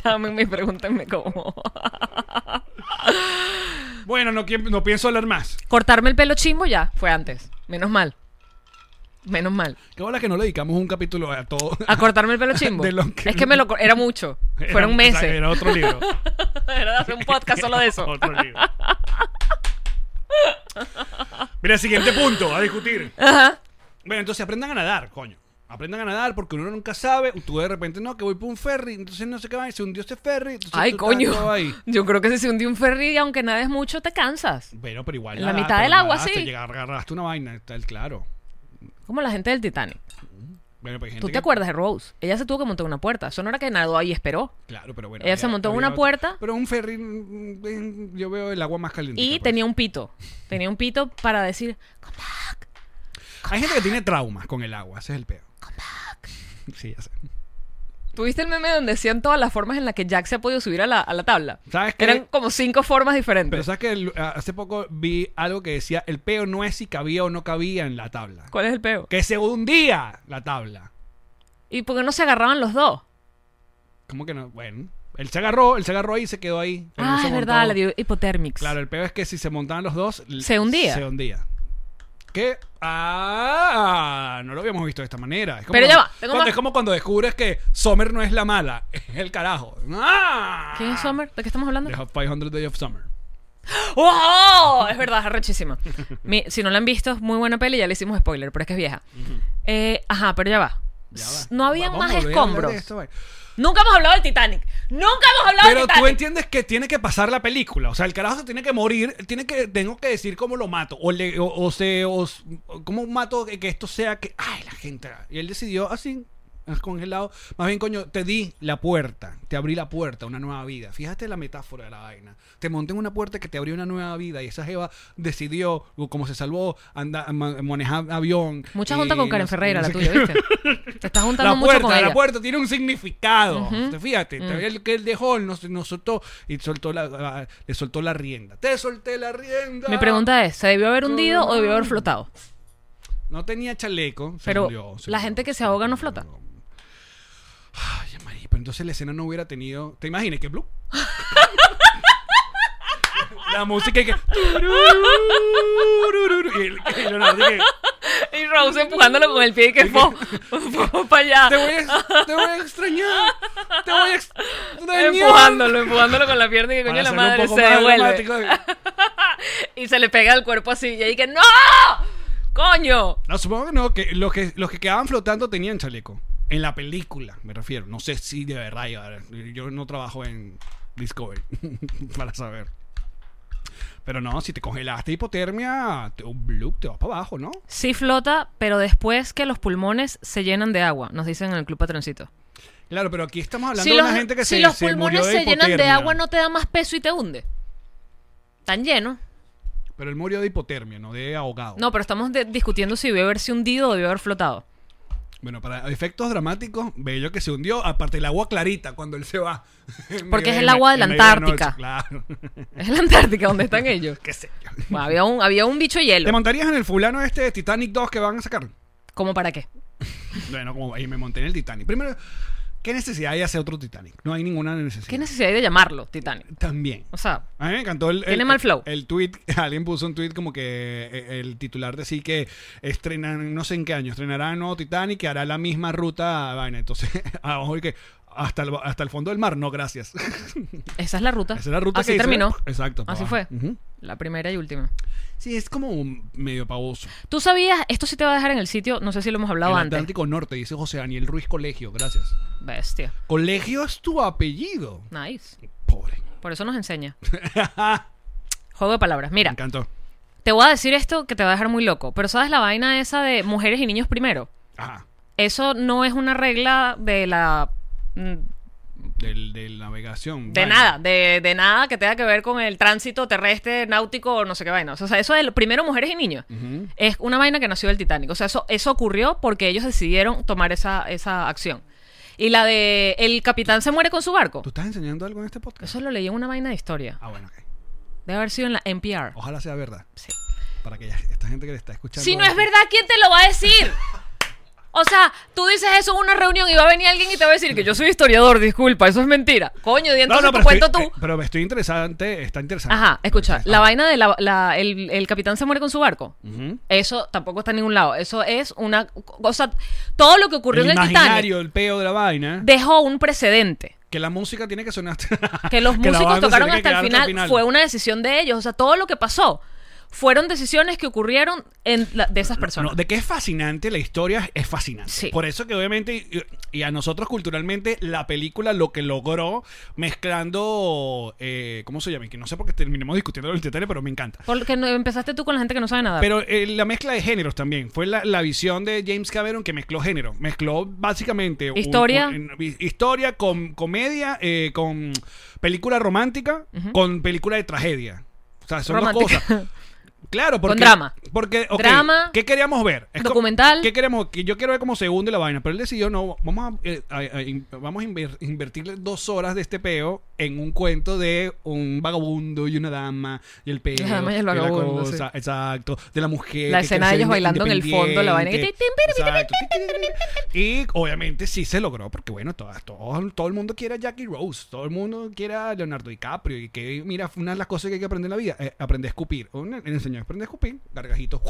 llámenme y pregúntenme cómo.
Bueno, no, quie- no pienso hablar más.
Cortarme el pelo chimbo ya, fue antes. Menos mal. Menos mal.
Qué bola que no le dedicamos un capítulo a todo.
A cortarme el pelo chimbo.
De lo que-
Es que me lo... co- Era mucho.
Era- o
Fueron
sea,
meses.
Era otro libro.
Era hacer un podcast solo de eso.
Otro libro. Mira, el siguiente punto a discutir.
Ajá.
Bueno, entonces aprendan a nadar, coño. Aprendan a nadar porque uno nunca sabe. Tú de repente no, que voy por un ferry, entonces no sé qué va, y se hundió este ferry. entonces
Ay,
tú estás
coño.
todo ahí.
Yo creo que si se hundió un ferry, aunque nades mucho, te cansas.
Bueno, pero igual.
En la
nadaste,
mitad del
pero
agua,
nadaste,
sí.
llega- Agarraste una vaina, tal, claro.
Como la gente del Titanic.
Bueno, pues hay gente
¿Tú te
que-
acuerdas de Rose? Ella se tuvo que montar en una puerta. Eso no era que nadó ahí y esperó.
Claro, pero bueno.
Ella se montó en una
otro-
puerta.
Pero un ferry, mm, mm, yo veo el agua más pues. caliente.
Y tenía un pito. Tenía un pito para decir,
Hay gente que tiene traumas con el agua, ese es el peor. Sí, ya sé.
¿Tuviste el meme donde decían todas las formas en las que Jack se ha podido subir a la, a la tabla?
¿Sabes qué?
Eran como cinco formas
Pero
diferentes.
sabes que el- hace poco vi algo que decía, el peo no es si cabía o no cabía en la tabla.
¿Cuál es el peo?
Que se hundía la tabla.
¿Y por qué no se agarraban los dos?
¿Cómo que no? Bueno, Él se agarró, él se agarró ahí y se quedó ahí. Él no
Ah,
se
es
montó.
verdad, le dio hipotermix.
Claro, el peor es que si se montaban los dos. l-
Se hundía.
Se hundía. ¿Qué? Ah, no lo habíamos visto de esta manera. Es como,
Pero ya
cuando-
va, tengo
cuando-
más.
es como cuando descubres que Summer no es la mala, es el carajo. ¡Ah!
¿Quién es Summer? ¿De qué estamos hablando?
The 500 Days of Summer.
¡Wow! Es verdad, es arrechísima. Mi- si no la han visto, es muy buena peli, ya le hicimos spoiler, pero es que es vieja. Eh, ajá, pero ya va.
Ya va.
S- No había
Vamos a
más
volver a hablar
escombros.
de esto, vale.
Nunca hemos hablado del Titanic. Nunca hemos hablado
Pero
del
tú
Titanic.
entiendes que tiene que pasar la película. O sea, el carajo se tiene que morir. Tiene que, tengo que decir cómo lo mato. O, le, o, o se. O, s- o cómo mato que, que esto sea que. Ay, la gente. Y él decidió así, congelado. Más bien, coño, te di la puerta. Te abrí la puerta, una nueva vida. Fíjate la metáfora de la vaina. Te monté en una puerta que te abrió una nueva vida. Y esa Jeva decidió, o como se salvó, anda, ma- manejar avión.
Mucha
y
junta con
no
Karen
sé-
Ferreira,
no
la
sé
tuya,
qué.
¿viste? Te estás juntando
La
mucho
puerta,
con
la
ella.
puerta tiene un significado.
Ujú. Mm.
Te- Fíjate, te- el que él dejó, él nos, nos soltó y soltó la, la- le soltó la rienda. Te solté la rienda.
Mi pregunta es, ¿se debió haber hundido o debió haber flotado?
No tenía chaleco. se
Pero
hundió, se
la
hundió,
gente que se ahoga no flota.
hundió. Ay, marico, pero entonces la escena no hubiera tenido. ¿Te imaginas que blue? la música y que. Y, el- y Leonardo y que,
Y Rose empujándolo con el pie y que fue para allá.
Te voy a, te voy a extrañar. Te voy a extrañar.
Empujándolo, empujándolo con la pierna y que coño la
Para hacerlo un
madre
poco
se
más
devuelve.
dramático de-
Y se le pega el cuerpo así y ahí que ¡No! ¡Coño!
No, supongo que no, que los que, los que quedaban flotando tenían chaleco. En la película, me refiero. No sé si de verdad, yo- a ver, yo no trabajo en Discovery para saber. Pero no, si te congelaste hipotermia, te, un blue, te vas para abajo, ¿no?
Sí flota, pero después que los pulmones se llenan de agua, nos dicen en el Club Patroncito.
Claro, pero aquí estamos hablando
Si
de
los,
una gente que
si
se,
los
se
pulmones
murió de
se llenan de
hipotermia.
agua, no te da más peso y te hunde. Tan lleno.
Pero él murió de hipotermia, no de ahogado.
No, pero estamos de- discutiendo si debió haberse hundido o debió haber flotado.
Bueno, para efectos dramáticos, bello que se hundió. Aparte, el agua clarita cuando él se va. En
Porque
medio
es el agua de la
en medio noche,
Antártica.
Claro.
Es la Antártica donde están ellos.
Qué sé yo.
Bueno, había, un, había un bicho de
¿Te
hielo.
montarías en el fulano este de Titanic 2 que van a sacar?
¿Cómo para qué?
Bueno, como ahí me monté en el Titanic. Primero, ¿qué necesidad hay de hacer otro Titanic? No hay ninguna necesidad.
¿Qué necesidad hay de llamarlo Titanic?
También.
O sea,
A mí me encantó el, el-
Tiene mal flow.
El, tweet, alguien puso un tweet como que eh, el titular decía que estrenan, no sé en qué año, estrenará el nuevo Titanic que hará la misma ruta, vaina. Entonces, abajo y que hasta el, hasta el fondo del mar, no gracias.
esa es la ruta.
Esa es la ruta
Así
que hizo.
terminó.
Exacto. pa'
Así
abajo.
fue.
Ujú.
La primera y última.
Sí, es como un medio pavoso.
Tú sabías, esto sí te va a dejar en el sitio, no sé si lo hemos hablado
el
antes.
Atlántico Norte, dice José Daniel Ruiz Colegio, gracias.
Bestia.
Colegio es tu apellido.
Nice.
Pobre.
Por eso nos enseña. Juego de palabras.
Me
Mira,
encantó.
te voy a decir esto que te va a dejar muy loco, pero ¿sabes la vaina esa de mujeres y niños primero?
Ajá.
Eso no es una regla de la... mm,
Del, de navegación.
De
vaina.
nada, de, de nada que tenga que ver con el tránsito terrestre, náutico o no sé qué vaina. O sea, eso de primero mujeres y niños
Ujú.
es una vaina que nació del Titanic. O sea, eso, eso ocurrió porque ellos decidieron tomar esa, esa acción. Y la de el capitán se muere con su barco.
¿Tú estás enseñando algo en este podcast?
Eso lo leí en una vaina de historia.
Ah, bueno, ok.
Debe haber sido en la NPR.
Ojalá sea verdad.
Sí.
Para que ya- esta gente que le está escuchando.
Si no es verdad, ¿quién te lo va a decir? O sea, tú dices eso en una reunión y va a venir alguien y te va a decir que yo soy historiador, disculpa, eso es mentira. Coño, y entonces te cuento
estoy,
tú.
eh, pero estoy interesante, está interesante.
Ajá, escucha,
Entonces,
la
ah,
vaina de la, la- el, el capitán se muere con su barco.
ujú.
Eso tampoco está en ningún lado. Eso es una cosa. Todo lo que ocurrió
el
en el Titanic
imaginario, el peo de la vaina.
dejó un precedente.
que la música tiene que sonar.
Que los
la
músicos
banda se
tocaron
tiene que
hasta el
quedar
final, fue una decisión de ellos. O sea, todo lo que pasó fueron decisiones que ocurrieron en la- de esas personas.
No, de que es fascinante la historia es fascinante.
Sí.
Por eso que obviamente y, y a nosotros culturalmente la película lo que logró mezclando eh, ¿cómo se llama? Que no sé por qué terminemos discutiendo el detalle, pero me encanta.
Porque no- empezaste tú con la gente que no sabe nada.
Pero eh, la mezcla de géneros también. Fue la, la visión de James Cameron que mezcló género. Mezcló básicamente. un-
Historia.
un- en- historia con comedia, eh, con película romántica, con película de tragedia. O sea, son
Romántica.
dos cosas. Claro, porque.
drama.
Porque, ok,
Drama.
¿Qué queríamos ver? Es como-
Documental.
¿Qué queremos? Que yo quiero ver cómo se hunde la vaina. Pero él decidió, no, vamos a, eh, a- a- in- vamos a inver- invertirle dos horas de este peo en un cuento de un vagabundo y una dama y el peo.
La dama y el
la
vagabundo,
cosa, Exacto. De la mujer.
La
que
escena
quiere
de ellos
ser
bailando en el fondo, la vaina que-
independiente. Exacto. Y obviamente sí se logró, porque bueno, todas- todo, todo el mundo quiere a Jackie Rose, todo el mundo quiere a Leonardo DiCaprio. Y que, mira, una de las cosas que hay que aprender en la vida, eh, aprender a escupir. Una- Le enseñó a aprender a escupir, gargajito.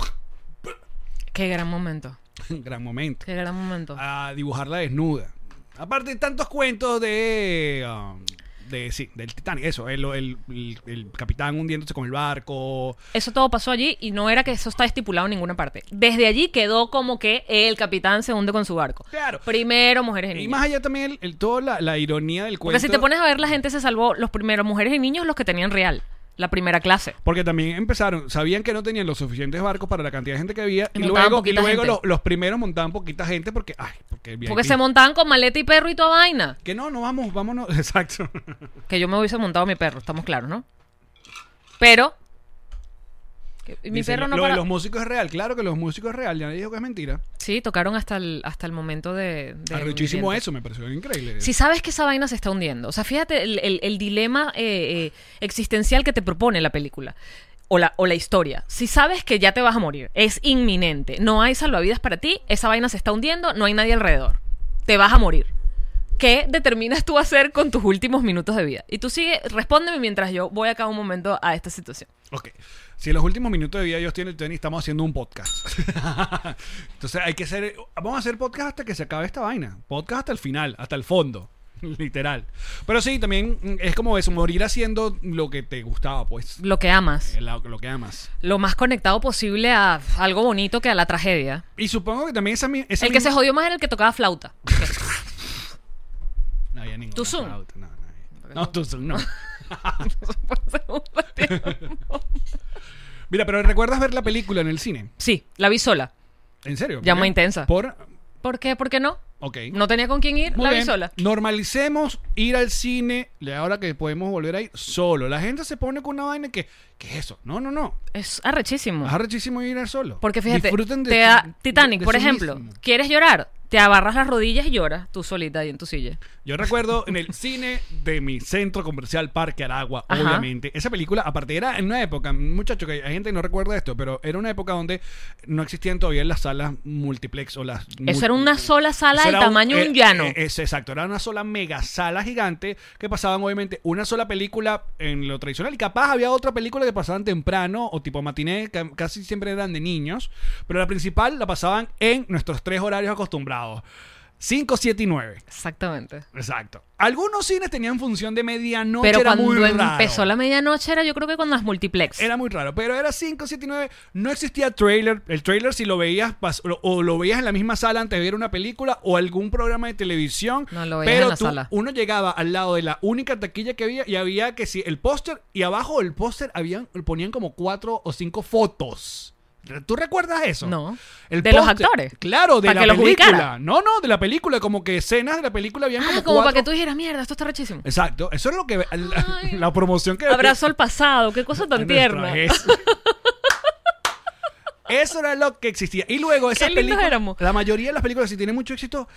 Qué gran momento.
Gran momento.
Qué gran momento.
A dibujarla desnuda. Aparte de tantos cuentos de. um, de sí, del Titanic. Eso, el, el- el- el capitán hundiéndose con el barco.
Eso todo pasó allí y no era que eso está estipulado en ninguna parte. Desde allí quedó como que el capitán se hunde con su barco.
Claro.
Primero mujeres y
Y
niños.
más allá también el, el- toda la, la ironía del cuento.
Porque si te pones a ver, la gente se salvó los primeros mujeres y niños los que tenían real, la primera clase.
Porque también empezaron, sabían que no tenían los suficientes barcos para la cantidad de gente que había.
Y
Y,
montaban
luego, y
poquita
luego
gente.
los, los primeros montaban poquita gente porque. Ay, porque el
Porque
VIP.
se montaban con maleta y perro y toda vaina.
Que no, no vamos, vámonos. Exacto.
Que yo me hubiese montado a mi perro, estamos claros, ¿no? Pero. que- y mi
Dicen,
perro
lo-
no
Lo
para-
de los músicos es real, claro que los músicos es real. Ya nadie dijo que es mentira.
Sí, tocaron hasta el, hasta el momento de. de
Arrechísimo
Muriente.
eso, me pareció increíble.
Si sabes que esa vaina se está hundiendo. O sea, fíjate el, el- el dilema eh, eh, existencial que te propone la película. O la, o la historia. Si sabes que ya te vas a morir, es inminente, no hay salvavidas para ti, esa vaina se está hundiendo, no hay nadie alrededor, te vas a morir. ¿Qué determinas tú hacer con tus últimos minutos de vida? Y tú sigue, respóndeme mientras yo voy acá un momento a esta situación.
Ok. Si en los últimos minutos de vida yo estoy en el tenis, estamos haciendo un podcast. Entonces hay que hacer. Vamos a hacer podcast hasta que se acabe esta vaina. Podcast hasta el final, hasta el fondo. Literal. Pero sí, también mm, es como eso, morir haciendo lo que te gustaba, pues.
Lo que amas,
Lo, lo que amas.
lo más conectado posible a algo bonito que a la tragedia.
Y supongo que también esa, mi- esa
El que se
misma-
jodió más era el que tocaba flauta.
No había ninguna
Tu Zoom.
flauta, No, no, había. no, tu Zoom no. Mira, pero ¿recuerdas ver la película en el cine?
Sí, la vi sola.
¿En serio?
Llama
¿Por qué?
intensa.
Por.
¿Por qué? ¿Por qué no?
Ok.
No tenía con quién ir,
Muy
la vi
bien.
sola.
Normalicemos ir al cine, le- ahora que podemos volver a ir solo. La gente se pone con una vaina que, ¿qué es eso? No, no, no.
Es arrechísimo.
Es arrechísimo ir al solo.
Ah. Porque fíjate,
Disfruten de
te
su-
da-
de-
Titanic,
de
por
sí
ejemplo,
mismo.
¿quieres llorar? Te abarras las rodillas y lloras tú solita ahí en tu silla.
Yo recuerdo en el cine de mi centro comercial Parque Aragua,
Ajá.
obviamente. Esa película, aparte, era en una época, muchachos, que hay gente que no recuerda esto, pero era una época donde no existían todavía las salas multiplex o las.
Eso
mul-
era una sola sala
Eso
del
era un-
tamaño de
eh,
un llano.
eh, es- exacto, era una sola mega sala gigante que pasaban obviamente una sola película en lo tradicional y capaz había otra película que pasaban temprano o tipo matiné, que casi siempre eran de niños, pero la principal la pasaban en nuestros tres horarios acostumbrados. 5, 7 y 9.
Exactamente.
Exacto. Algunos cines tenían función de medianoche.
Pero
era muy
cuando
raro.
empezó la medianoche era yo creo que con las multiplex.
Era muy raro, pero era 5, 7 y 9. No existía trailer. El trailer, si lo veías, pas- o lo- o lo veías en la misma sala antes de ver una película o algún programa de televisión.
No, lo veías
pero
en la
tú-
sala.
uno llegaba al lado de la única taquilla que había y había que si el póster y abajo del póster habían ponían como cuatro o cinco fotos. ¿Tú recuerdas eso?
No.
El
¿De los
póster-
actores?
Claro, de
¿Para
la
que los
película.
ubicara?
no, no, de la película. Como que escenas de la película habían
ah,
como,
como,
cuatro.
para que tú dijeras, mierda, esto está rechísimo.
Exacto. Eso es lo que. La,
Ay.
la promoción que.
Abrazo al pasado, qué cosa tan
Nuestra
tierna.
vez. Eso era lo que existía. Y luego esas
lindos
películas,
éramos.
la mayoría de las películas, si tienen mucho éxito,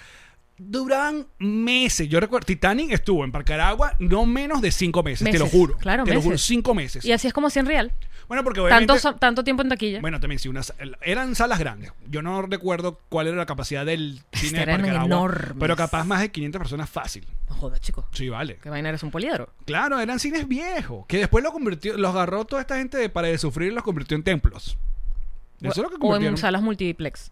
duraban meses. Yo recuerdo, Titanic estuvo en Parcaragua no menos de cinco meses, te lo
Meses,
juro.
claro,
te lo juro,
meses.
cinco meses.
Y así es como 100 real.
Bueno, porque
Tanto,
obviamente...
so- tanto tiempo en taquilla.
Bueno, también sí, unas, eran salas grandes. Yo no recuerdo cuál era la capacidad del cine de
Eran
Parcaragua.
enormes.
Pero capaz más de 500 personas fácil.
No jodas, chico.
Sí, vale.
¿Qué vaina eres un poliedro?
Claro, eran cines viejos. Que después lo convirtió, los agarró toda esta gente de para de sufrir y los convirtió en templos. Eso es lo que
o en
convirtieron.
salas multiplex.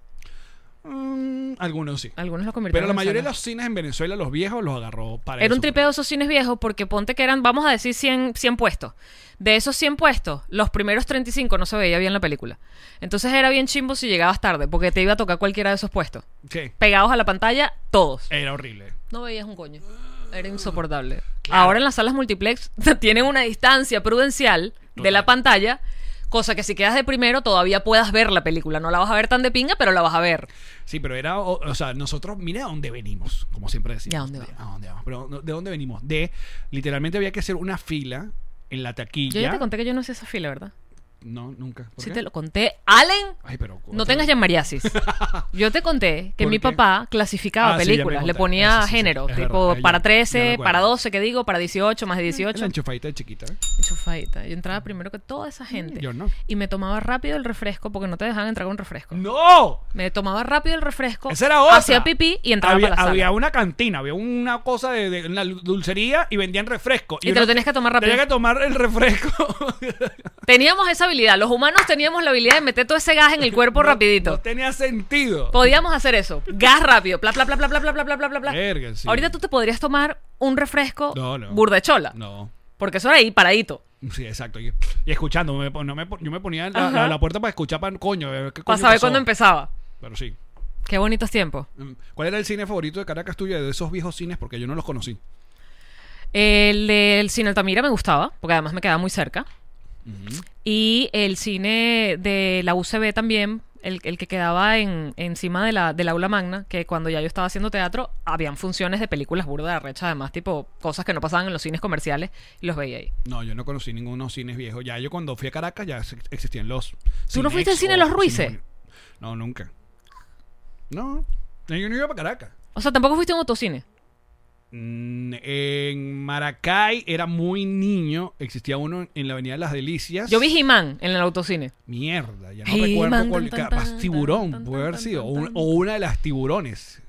Mm, algunos sí.
Algunos los Ah, convirtieron
Pero la
en
mayoría de
salas.
los cines en Venezuela, los viejos, los agarró para de
Era un
sufrir.
tripeo de esos cines viejos porque ponte que eran, vamos a decir, 100, 100 puestos. De esos 100 puestos, los primeros 35 no se veía bien la película. Entonces era bien chimbo si llegabas tarde porque te iba a tocar cualquiera de esos puestos.
Sí.
Pegados a la pantalla, todos.
Era horrible.
No veías un coño. Era insoportable. Ahora en las salas multiplex tienen una distancia prudencial de la
Total.
pantalla, cosa que si quedas de primero todavía puedas ver la película. No la vas a ver tan de pinga, pero la vas a ver.
Sí, pero era, o, o sea, nosotros, mira a dónde venimos, como siempre decimos.
¿De a dónde
De-
vamos?
a dónde vamos. Pero no, ¿de dónde venimos? De, literalmente había que hacer una fila en la taquilla.
Yo ya te conté que yo no hice esa fila, ¿verdad?
No, nunca. ¿Por
Si
qué?
te lo conté, Allen,
Ay, pero
no
otra
tengas
vez.
mariasis Yo te conté que
¿Por
mi
qué?
papá clasificaba
Ah, sí, ya me
películas, le
contaste.
ponía
Sí, sí, sí,
género,
es
tipo
verdad, ya-
para
ya me
13,
acuerdo.
para 12, que digo, para 18, más de
La
18.
enchufadita chiquita. ¿eh?
Enchufadita. Yo entraba primero que toda esa gente.
Yo no.
Y me tomaba rápido el refresco porque no te dejaban entrar con refresco.
¡No!
Me tomaba rápido el refresco,
Esa era otra.
hacía pipí y entraba
había,
para la sala.
Había una cantina, había una cosa de, de una dulcería y vendían refresco.
Y te
uno
lo tenías que tomar rápido.
Tenía que tomar el refresco.
Teníamos esa habilidad. Los humanos teníamos la habilidad de meter todo ese gas en el cuerpo rapidito.
No tenía sentido.
Podíamos hacer eso. Gas rápido. Bla, bla, bla, bla, bla, bla, bla, bla, bla, bla, bla.
Verga, sí.
Ahorita tú te podrías tomar un refresco
No, no.
burdechola.
No.
Porque eso era ahí, paradito.
Sí, exacto. Y, y escuchando, me pon- no me pon- yo me ponía la,
Ajá.
la- la puerta para escuchar, para, coño. eh,
Para
¿qué coño
saber
pasó?
cuándo empezaba.
Pero sí.
Qué bonitos tiempos.
Mm, ¿Cuál era el cine favorito de Caracas tuyo de esos viejos cines? Porque yo no los conocí.
El del cine Altamira me gustaba, porque además me quedaba muy cerca. Y el cine de la UCB también, el, el que quedaba en, encima de la, del aula magna, que cuando ya yo estaba haciendo teatro, habían funciones de películas burda de recha, además, tipo cosas que no pasaban en los cines comerciales, y los veía ahí.
No, yo no conocí ningunos cines viejos. Ya yo cuando fui a Caracas ya ex- existían los.
¿Tú no
Cinex
fuiste al cine
o
Los Ruices?
Cine- No, nunca. No, yo no iba para Caracas.
O sea, tampoco fuiste a un autocine.
Mm, En Maracay era muy niño. Existía uno en la Avenida de las Delicias.
Yo vi He-Man en el autocine.
Mierda, ya no
Hey,
recuerdo
man,
cuál.
tan, tan,
capaz
tan,
tiburón,
tan,
puede
tan,
haber
tan,
sido.
tan,
O, un-
tan.
o una de las tiburones.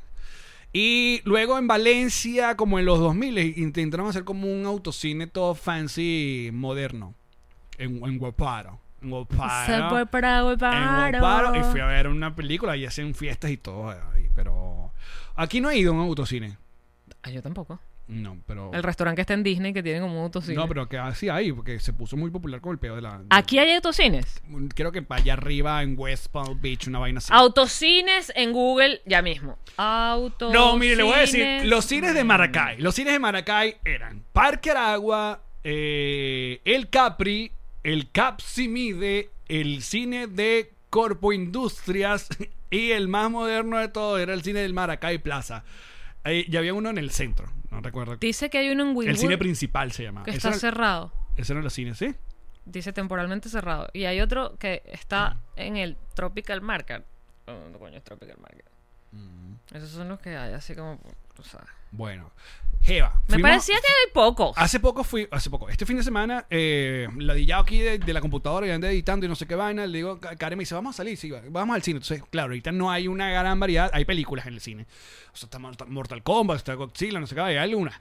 Y luego en Valencia, como en los 2000, intentaron hacer como un autocine todo fancy moderno. En, en Guaparo. En Guaparo.
Se fue para
En
Gueparo.
Guaparo. Y fui a ver una película y hacen fiestas y todo. ahí, pero aquí no he ido a un autocine.
Ah, yo tampoco.
No, pero.
El restaurante que está en Disney que tiene como un autocine.
No, pero que así hay, porque se puso muy popular con el pedo de la. de-
Aquí hay autocines.
Creo que para allá arriba en West Palm Beach, una vaina
Ah,
así.
Autocines en Google ya mismo. Autocines.
No, mire, le voy a decir, los cines de Maracay, los cines de Maracay eran Parque Aragua, eh, El Capri, El Capsimide, el cine de Corpo Industrias y el más moderno de todo era el cine del Maracay Plaza. Ahí, ya había uno en el centro, no recuerdo.
Dice que hay uno en Winwood
El cine principal se llamaba.
que
Ese
está
era,
cerrado.
ese era el cine, ¿sí?
Dice temporalmente cerrado. Y hay otro que está en el Tropical Market. Oh, ¿Dónde coño es Tropical Market? Esos son los que hay, así como. tú sabes.
Bueno. Jeva.
Me
fuimos-
parecía que hay pocos.
Hace poco fui, hace poco, este fin de semana, eh, ladillado aquí de, de la computadora y andé editando y no sé qué vaina, le digo, Ka- Karen me dice, vamos a salir, sí, va- vamos al cine. Entonces, claro, ahorita no hay una gran variedad, hay películas en el cine. O sea, está Mortal- Mortal Kombat, está Godzilla, no sé qué, vaina, hay alguna.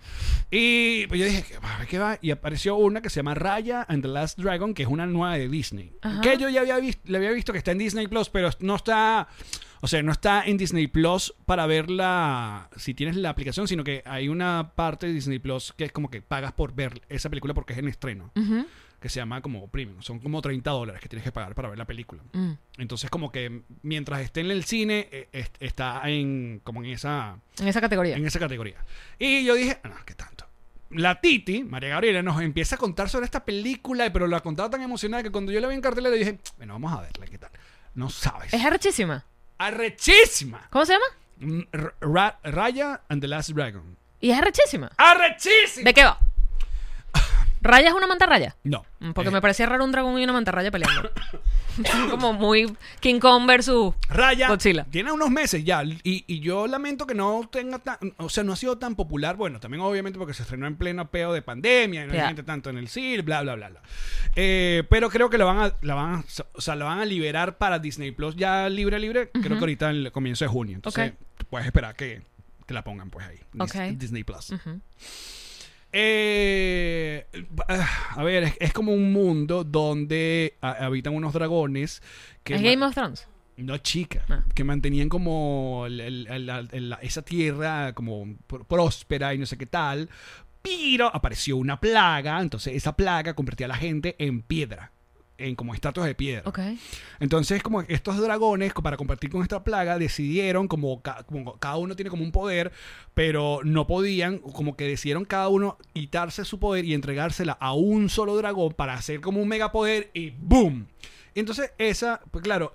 Y pues yo dije, ¿qué va? ¿Qué va? Y apareció una que se llama Raya and the Last Dragon, que es una nueva de Disney.
Ajá.
Que yo ya había visto, le había visto que está en Disney Plus, pero no está... O sea, no está en Disney Plus para verla si tienes la aplicación, sino que hay una parte de Disney Plus que es como que pagas por ver esa película porque es en estreno,
Ujú.
que se llama como premium. Son como 30 dólares que tienes que pagar para ver la película.
Mm.
Entonces, como que mientras esté en el cine, eh, est- está en como en esa
En esa categoría.
en esa categoría. Y yo dije, ah, no, qué tanto. La Titi, María Gabriela, nos empieza a contar sobre esta película, pero la contaba tan emocionada que cuando yo la vi en cartelera dije, bueno, vamos a verla, ¿qué tal? No sabes.
Es arrechísima.
¡Arrechísima!
¿Cómo se llama?
Mm, R- Ra- Raya and the Last Dragon.
Y es arrechísima.
¡Arrechísima!
¿De qué va? ¿Raya es una mantarraya?
No.
Mm, Porque
Eh,
me parecía raro un dragón y una mantarraya peleando. como muy King Kong versus
Raya
Godzilla.
tiene unos meses ya y, y yo lamento que no tenga tan, o sea, no ha sido tan popular, bueno, también obviamente porque se estrenó en pleno peo de pandemia, y no hay
Ya.
gente tanto en el cine, bla bla bla bla. Eh, pero creo que la van a la van a, o sea, la van a liberar para Disney Plus ya libre libre, creo que ahorita en el comienzo de junio, entonces puedes esperar que que la pongan pues ahí, Dis-
Ok.
Disney Plus.
Ujú.
Eh, ah, a ver, es, es como un mundo donde ah, habitan unos dragones que
¿Es
ma-
Game of Thrones.
no, chica.
Ah.
Que mantenían como el- el- el- la- el- la- esa tierra como pr- próspera y no sé qué tal. Pero apareció una plaga. Entonces esa plaga convertía a la gente en piedra. En como estatuas de piedra.
Ok.
Entonces, como estos dragones, co- para compartir con esta plaga, decidieron, como, ca- como cada uno tiene como un poder, pero no podían, como que decidieron cada uno quitarse su poder y entregársela a un solo dragón para hacer como un megapoder y ¡boom! Entonces, esa, pues claro,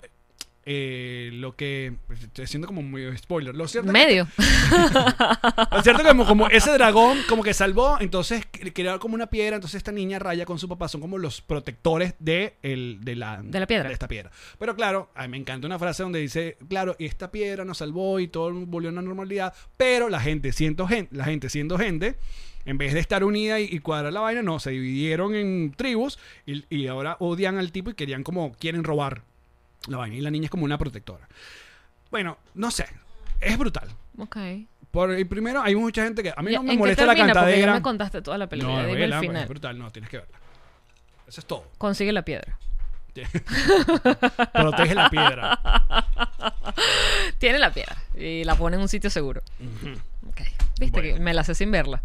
eh, lo que. pues, Estoy haciendo como muy spoiler. Lo cierto es que-
Medio.
lo cierto que como, como ese dragón como que salvó, entonces crear como una piedra, entonces esta niña raya con su papá son como los protectores de, el, de, la,
De la piedra.
de esta piedra. Pero claro, a mí me encanta una frase donde dice, claro, esta piedra nos salvó y todo volvió a la normalidad, pero la gente siendo gente, la gente siendo gente, en vez de estar unida y, y cuadrar la vaina, no, se dividieron en tribus y, y ahora odian al tipo y querían como, quieren robar la vaina. Y la niña es como una protectora. Bueno, no sé, es brutal.
Ok.
Por, y primero, hay mucha gente que a mí
Ya,
no me
¿en qué
molesta la
termina? Porque ya
cantadera.
me contaste toda la película.
No,
Dime
vela,
el
pues,
final.
es brutal, no, tienes que verla. Eso es todo.
Consigue la piedra.
Protege la piedra.
Tiene la piedra y la pone en un sitio seguro. Ok. Viste
Bueno.
que me la sé sin verla.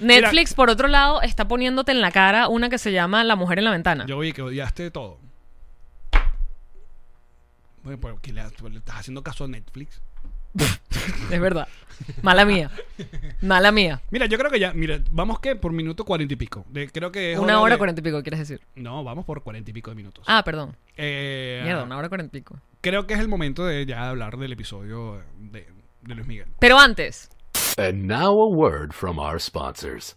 Netflix, por otro lado, está poniéndote en la cara una que se llama La mujer en la ventana.
Yo vi que odiaste todo. Bueno, pero que le, pues, le estás haciendo caso a Netflix.
Es verdad. Mala mía. Mala mía.
Mira, yo creo que ya, mira, vamos que por minuto cuarenta y pico. De- creo que es
una hora
de-
cuarenta y pico, quieres decir.
No, vamos por cuarenta y pico de minutos.
Ah, perdón.
Eh,
Mierda, una hora cuarenta y pico.
Creo que es el momento de ya hablar del episodio de, de Luis Miguel.
Pero antes,
And now a word from our sponsors.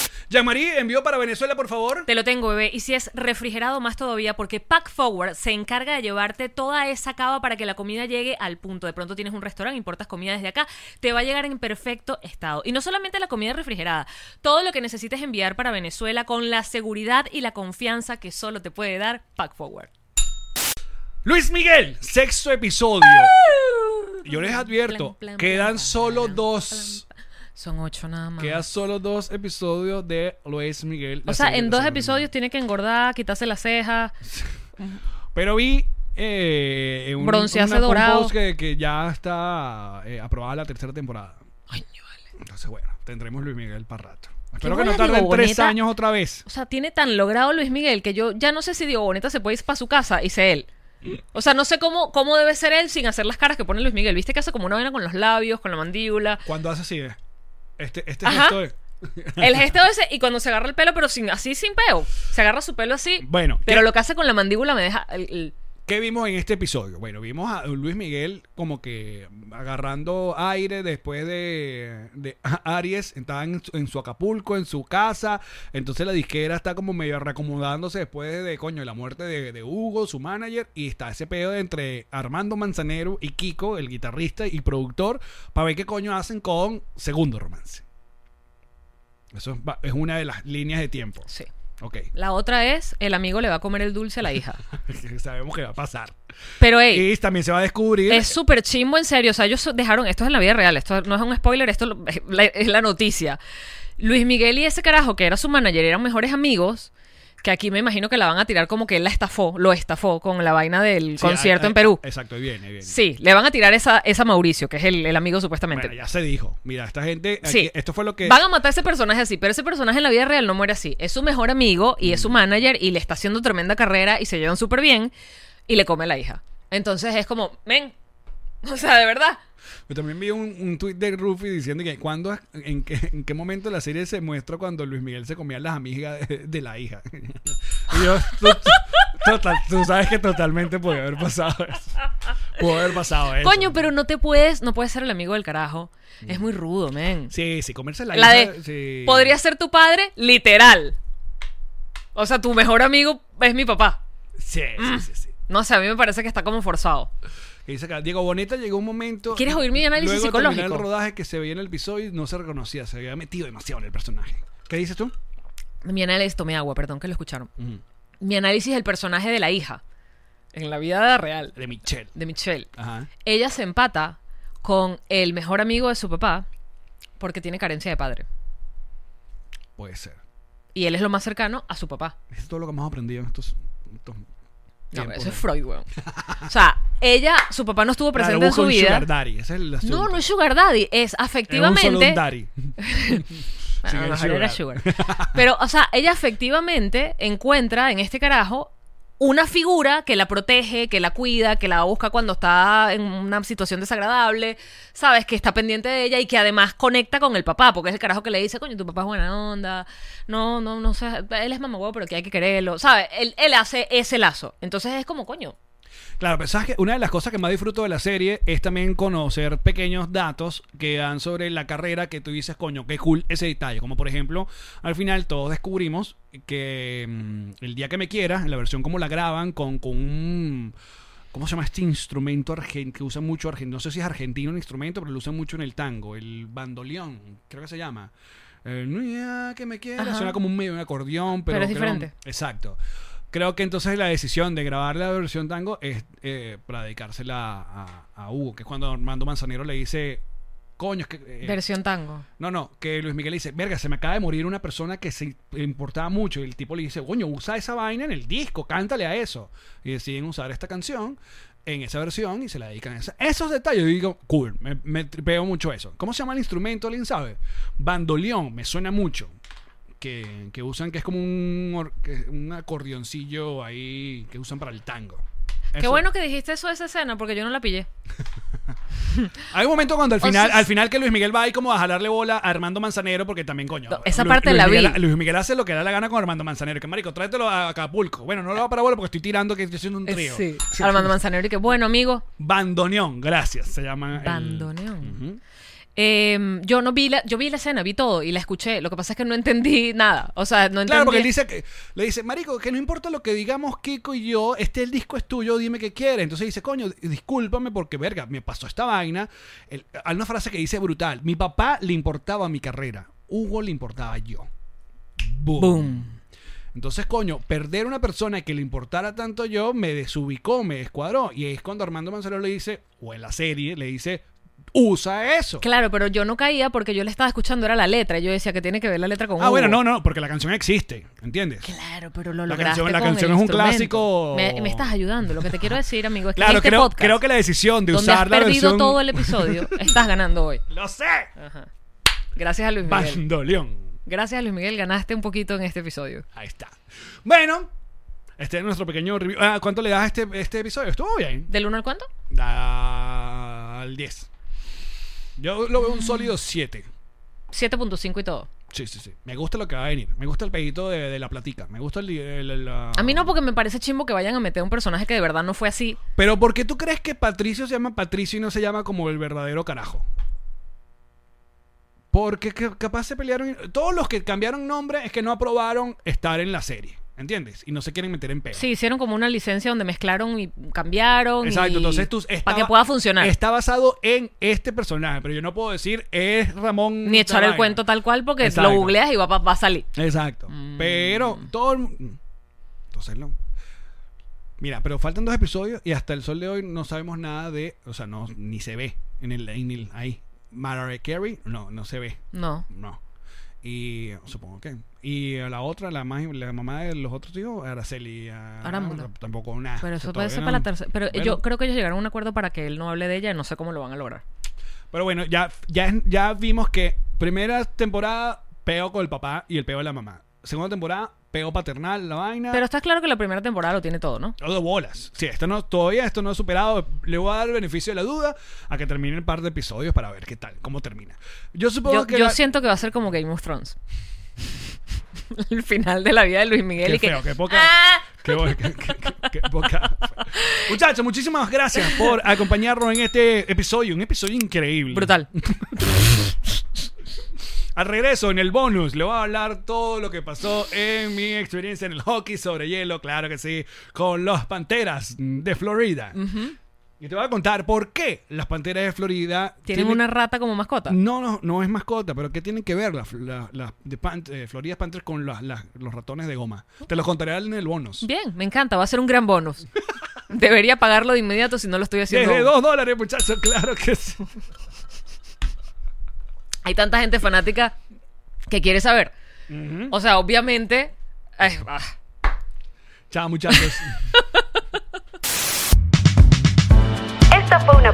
Yamari, envío para Venezuela, por favor.
Te lo tengo, bebé. Y si es refrigerado, más todavía, porque Pack Forward se encarga de llevarte toda esa cava para que la comida llegue al punto. De pronto tienes un restaurante, importas comida desde acá, te va a llegar en perfecto estado. Y no solamente la comida refrigerada, todo lo que necesites enviar para Venezuela con la seguridad y la confianza que solo te puede dar Pack Forward.
Luis Miguel, sexto episodio. Yo les advierto,
Plan, plan, plan,
quedan
plan,
solo
plan,
dos.
plan, plan. Son ocho nada más.
Quedan solo dos episodios de Luis Miguel. la
O sea,
serie
en
de
dos
San
episodios tiene que engordar, quitarse las cejas.
Bernardo. Pero vi. Eh, un,
Broncearse
una- un
dorado.
post que, que ya está eh, aprobada la tercera temporada.
Ay, no vale.
Entonces, bueno, tendremos Luis Miguel para rato. Espero que no
bolas de
tarden tres
boboneta.
años otra vez.
O sea, tiene tan logrado Luis Miguel que yo ya no sé si Diego Boneta se puede ir para su casa y sé él. O sea, no sé cómo, cómo debe ser él sin hacer las caras que pone Luis Miguel. Viste que hace como una vaina con los labios, con la mandíbula.
Cuando hace así, eh, este, este
Ajá.
gesto es-
El gesto ese y cuando se agarra el pelo, pero sin así sin peo. Se agarra su pelo así.
Bueno,
Pero
¿qué-
lo que hace con la mandíbula me deja... el- el-
¿Qué vimos en este episodio? Bueno, vimos a Luis Miguel como que agarrando aire después de, de Aries. Estaba en, su- en su Acapulco, en su casa. Entonces la disquera está como medio reacomodándose después de, coño, la muerte de, de Hugo, su manager. Y está ese pedo de entre Armando Manzanero y Kiko, el guitarrista y productor, para ver qué coño hacen con Segundo Romance. Eso es, va- es una de las líneas de tiempo.
sí.
Ok.
La otra es, el amigo le va a comer el dulce a la hija.
Sabemos que va a pasar.
Pero, hey,
Y también se va a descubrir.
Es súper chimbo, en serio. O sea, ellos dejaron. Esto es en la vida real. Esto no es un spoiler, esto lo- es la, es la noticia. Luis Miguel y ese carajo que era su manager eran mejores amigos. Que aquí me imagino que la van a tirar como que él la estafó, lo estafó con la vaina del
Sí, ah,
concierto
ahí-
en Perú.
ahí- Exacto, ahí viene, ahí viene.
Sí, le van a tirar esa, esa Mauricio, que es el, el amigo supuestamente.
Bueno, ya se dijo. Mira, esta gente. aquí-
Sí.
Esto fue lo que.
Van a matar a ese personaje así, pero ese personaje en la vida real no muere así. Es su mejor amigo y
Mm.
es su manager y le está haciendo tremenda carrera y se llevan súper bien y le come la hija. Entonces es como, ven, o sea, de verdad.
Yo también vi un, un tuit de Rufi diciendo que cuando, en, qué, en qué momento la serie se muestra cuando Luis Miguel se comía las amigas de, de la hija. Y yo, tú, tú- total, tú sabes que totalmente puede haber pasado eso. Pudo haber pasado eso.
Coño, pero no te puedes, no puedes ser el amigo del carajo. Es muy rudo, men.
Sí, sí, comerse la,
La
hija,
de
sí.
podría ser tu padre, literal. O sea, tu mejor amigo es mi papá.
Sí,
Mm.
sí, sí, sí.
No sé, a mí me parece que está como forzado.
Que dice acá, Diego Boneta llegó un momento.
¿Quieres oír mi análisis
luego de terminar
psicológico?
el rodaje que se veía en el episodio y no se reconocía, se había metido demasiado en el personaje. ¿Qué dices tú?
Mi análisis, tomé agua, perdón que lo escucharon. Mi análisis del personaje de la hija en la vida real
De Michelle.
de Michelle.
Ajá.
Ella se empata con el mejor amigo de su papá porque tiene carencia de padre.
Puede ser.
Y él es lo más cercano a su papá.
Es todo lo que hemos aprendido en estos. estos
No, pero
tiempos
eso es
de-
Freud, weón. O sea, ella, su papá no estuvo
pues. Claro,
presente en
busca
su
un
vida.
Sugar daddy, ese es el asunto.
No, no es sugar daddy, es
Era un solo
afectivamente.
un daddy.
Bueno, a lo
Sí,
mejor era sugar. Pero, o sea, ella efectivamente encuentra en este carajo una figura que la protege, que la cuida, que la busca cuando está en una situación desagradable, sabes, que está pendiente de ella y que además conecta con el papá, porque es el carajo que le dice, coño, tu papá es buena onda, no, no, no sé, él es mamagüevo, pero que hay que quererlo, sabes, él, él hace ese lazo. Entonces es como, coño,
Claro, pero sabes que una de las cosas que más disfruto de la serie es también conocer pequeños datos que dan sobre la carrera que tú dices, coño, qué cool ese detalle. Como por ejemplo, al final todos descubrimos que mm, el día que me quieras, en la versión como la graban, con, con un. ¿Cómo se llama este instrumento argentino que usa mucho argentino? No sé si es argentino un instrumento, pero lo usa mucho en el tango, el bandoleón, creo que se llama. Eh, no, ya, que me quieras.
Ajá.
Suena como un medio un acordeón, pero,
Pero es
creo-
diferente.
Exacto. Creo que entonces la decisión de grabar la versión tango es eh, para dedicársela a, a- a Hugo, que es cuando Armando Manzanero le dice, coño, es que... eh,
versión tango.
no, no, que Luis Miguel le dice, verga, se me acaba de morir una persona que se importaba mucho. Y el tipo le dice, coño, usa esa vaina en el disco, cántale a eso. Y deciden usar esta canción en esa versión y se la dedican a esa. Esos detalles, yo digo, cool, me, me tripeo mucho eso. ¿Cómo se llama el instrumento? ¿Alguien sabe? Bandoleón, me suena mucho. Que, que usan, que es como un, or- que- un acordeoncillo ahí que usan para el tango.
Qué
Eso.
bueno que dijiste eso de esa escena, porque yo no la pillé.
Hay un momento cuando al
O
final,
sea,
al final que Luis Miguel va ahí como a jalarle bola a Armando Manzanero, porque también, coño.
No, esa
Lu-
parte
Luis
la vi.
Miguel, Luis Miguel hace lo que le da la gana con Armando Manzanero. Que marico, tráetelo a Acapulco. Bueno, no lo va para bola porque estoy tirando que estoy haciendo un trío.
Eh, Sí. Armando Manzanero y que, bueno, amigo,
Bandoneón, gracias. Se llama. el-
Bandoneón.
Ujú.
Eh, yo no vi la, yo vi la escena, vi todo y la escuché. Lo que pasa es que no entendí nada. O sea, no entendí.
Claro, porque él dice que, le dice, Marico, que no importa lo que digamos Kiko y yo, este el disco es tuyo, dime qué quieres. Entonces dice, coño, discúlpame porque, verga, me pasó esta vaina. El- hay una frase que dice brutal: Mi papá le importaba mi carrera, Hugo le importaba yo. Boom. Entonces, coño, perder una persona que le importara tanto yo me desubicó, me descuadró. Y es cuando Armando Manzanero le dice, o en la serie, le dice, usa eso.
Claro, pero yo no caía porque yo le estaba escuchando, era la letra. y Yo decía que tiene que ver la letra con
Ah,
Hugo.
bueno, no, no, porque la canción existe, ¿entiendes?
Claro, pero lo
La
lograste
canción- la
con el
canción es un
instrumento.
clásico.
Me, me estás ayudando. Lo que te quiero decir, amigo, es que en
Claro,
este
creo,
podcast,
creo que la decisión de
donde has
usar la
perdido
versión...
todo el episodio, estás ganando hoy.
¡Lo sé!
Ajá. Gracias a Luis Miguel.
Bandoleón.
Gracias a Luis Miguel, ganaste un poquito en este episodio.
Ahí está. Bueno, este es nuestro pequeño review. Ah, ¿Cuánto le das a este, este episodio? Estuvo bien.
¿Del 1 al cuánto?
Da- Al 10. Yo lo veo un sólido 7.
7.5 y todo.
Sí, sí, sí. Me gusta lo que va a venir. Me gusta el pedito de, de la platica. Me gusta el, el- la-
A mí no, porque me parece chimbo que vayan a meter un personaje que de verdad no fue así.
Pero ¿por qué tú crees que Patricio se llama Patricio y no se llama como el verdadero carajo? Porque ca- capaz se pelearon. Todos los que cambiaron nombre es que no aprobaron estar en la serie. ¿Entiendes? Y no se quieren meter en peo.
Sí, hicieron como una licencia donde mezclaron y cambiaron.
Exacto, entonces tú
Para
estaba-
que pueda funcionar.
Está basado en este personaje, pero yo no puedo decir es Ramón.
Ni echar el
Talavera.
cuento tal cual porque
Exacto.
lo googleas y va, pa- va a salir.
Exacto.
Mm.
Pero todo. el mu- Entonces no. Mira, pero faltan dos episodios y hasta el sol de hoy no sabemos nada de. O sea, no, ni se ve en el, en el- ahí. Mariah Carey, no, no se ve.
No.
No. Y supongo que. Y a la otra, la, ma- la mamá de los otros tíos, Araceli. ah,
Arámbula.
Tampoco nada.
Pero
O
eso
sea,
puede ser
todavía
para la
no-
tercera. Pero
Bueno.
yo creo que ellos llegaron a un acuerdo para que él no hable de ella y no sé cómo lo van a lograr.
Pero bueno, ya, ya, ya vimos que primera temporada, peo con el papá y el peo de la mamá. Segunda temporada, peo paternal, la vaina.
Pero está claro que la primera temporada lo tiene todo, ¿no?
O de bolas. Sí, esto no, todavía esto no es superado. Le voy a dar el beneficio de la duda a que termine el par de episodios para ver qué tal, cómo termina. Yo supongo
Yo,
que.
yo
la-
siento que va a ser como Game of Thrones. el final de la vida de Luis Miguel
Qué
y que.
feo, qué poca.
¡Ah!
Qué, bo- qué- qué- qué- qué poca- Muchachos, muchísimas gracias por acompañarnos en este episodio. Un episodio increíble.
Brutal.
Al regreso, en el bonus, le voy a hablar todo lo que pasó en mi experiencia en el hockey sobre hielo, claro que sí, con los Panteras de Florida. Y te voy a contar por qué las Panteras de Florida...
Tienen una rata como mascota.
No, no, no es mascota, pero ¿qué tienen que ver las la, la- de Pan- eh, Florida Panthers con las- las- los ratones de goma? Te los contaré en el bonus.
Bien, me encanta, va a ser un gran bonus. Debería pagarlo de inmediato si no lo estoy haciendo.
Desde
aún.
dos dólares, muchachos, claro que sí.
Hay tanta gente fanática que quiere saber. O sea, obviamente. ay, ah.
Chao, muchachos.
Esta fue una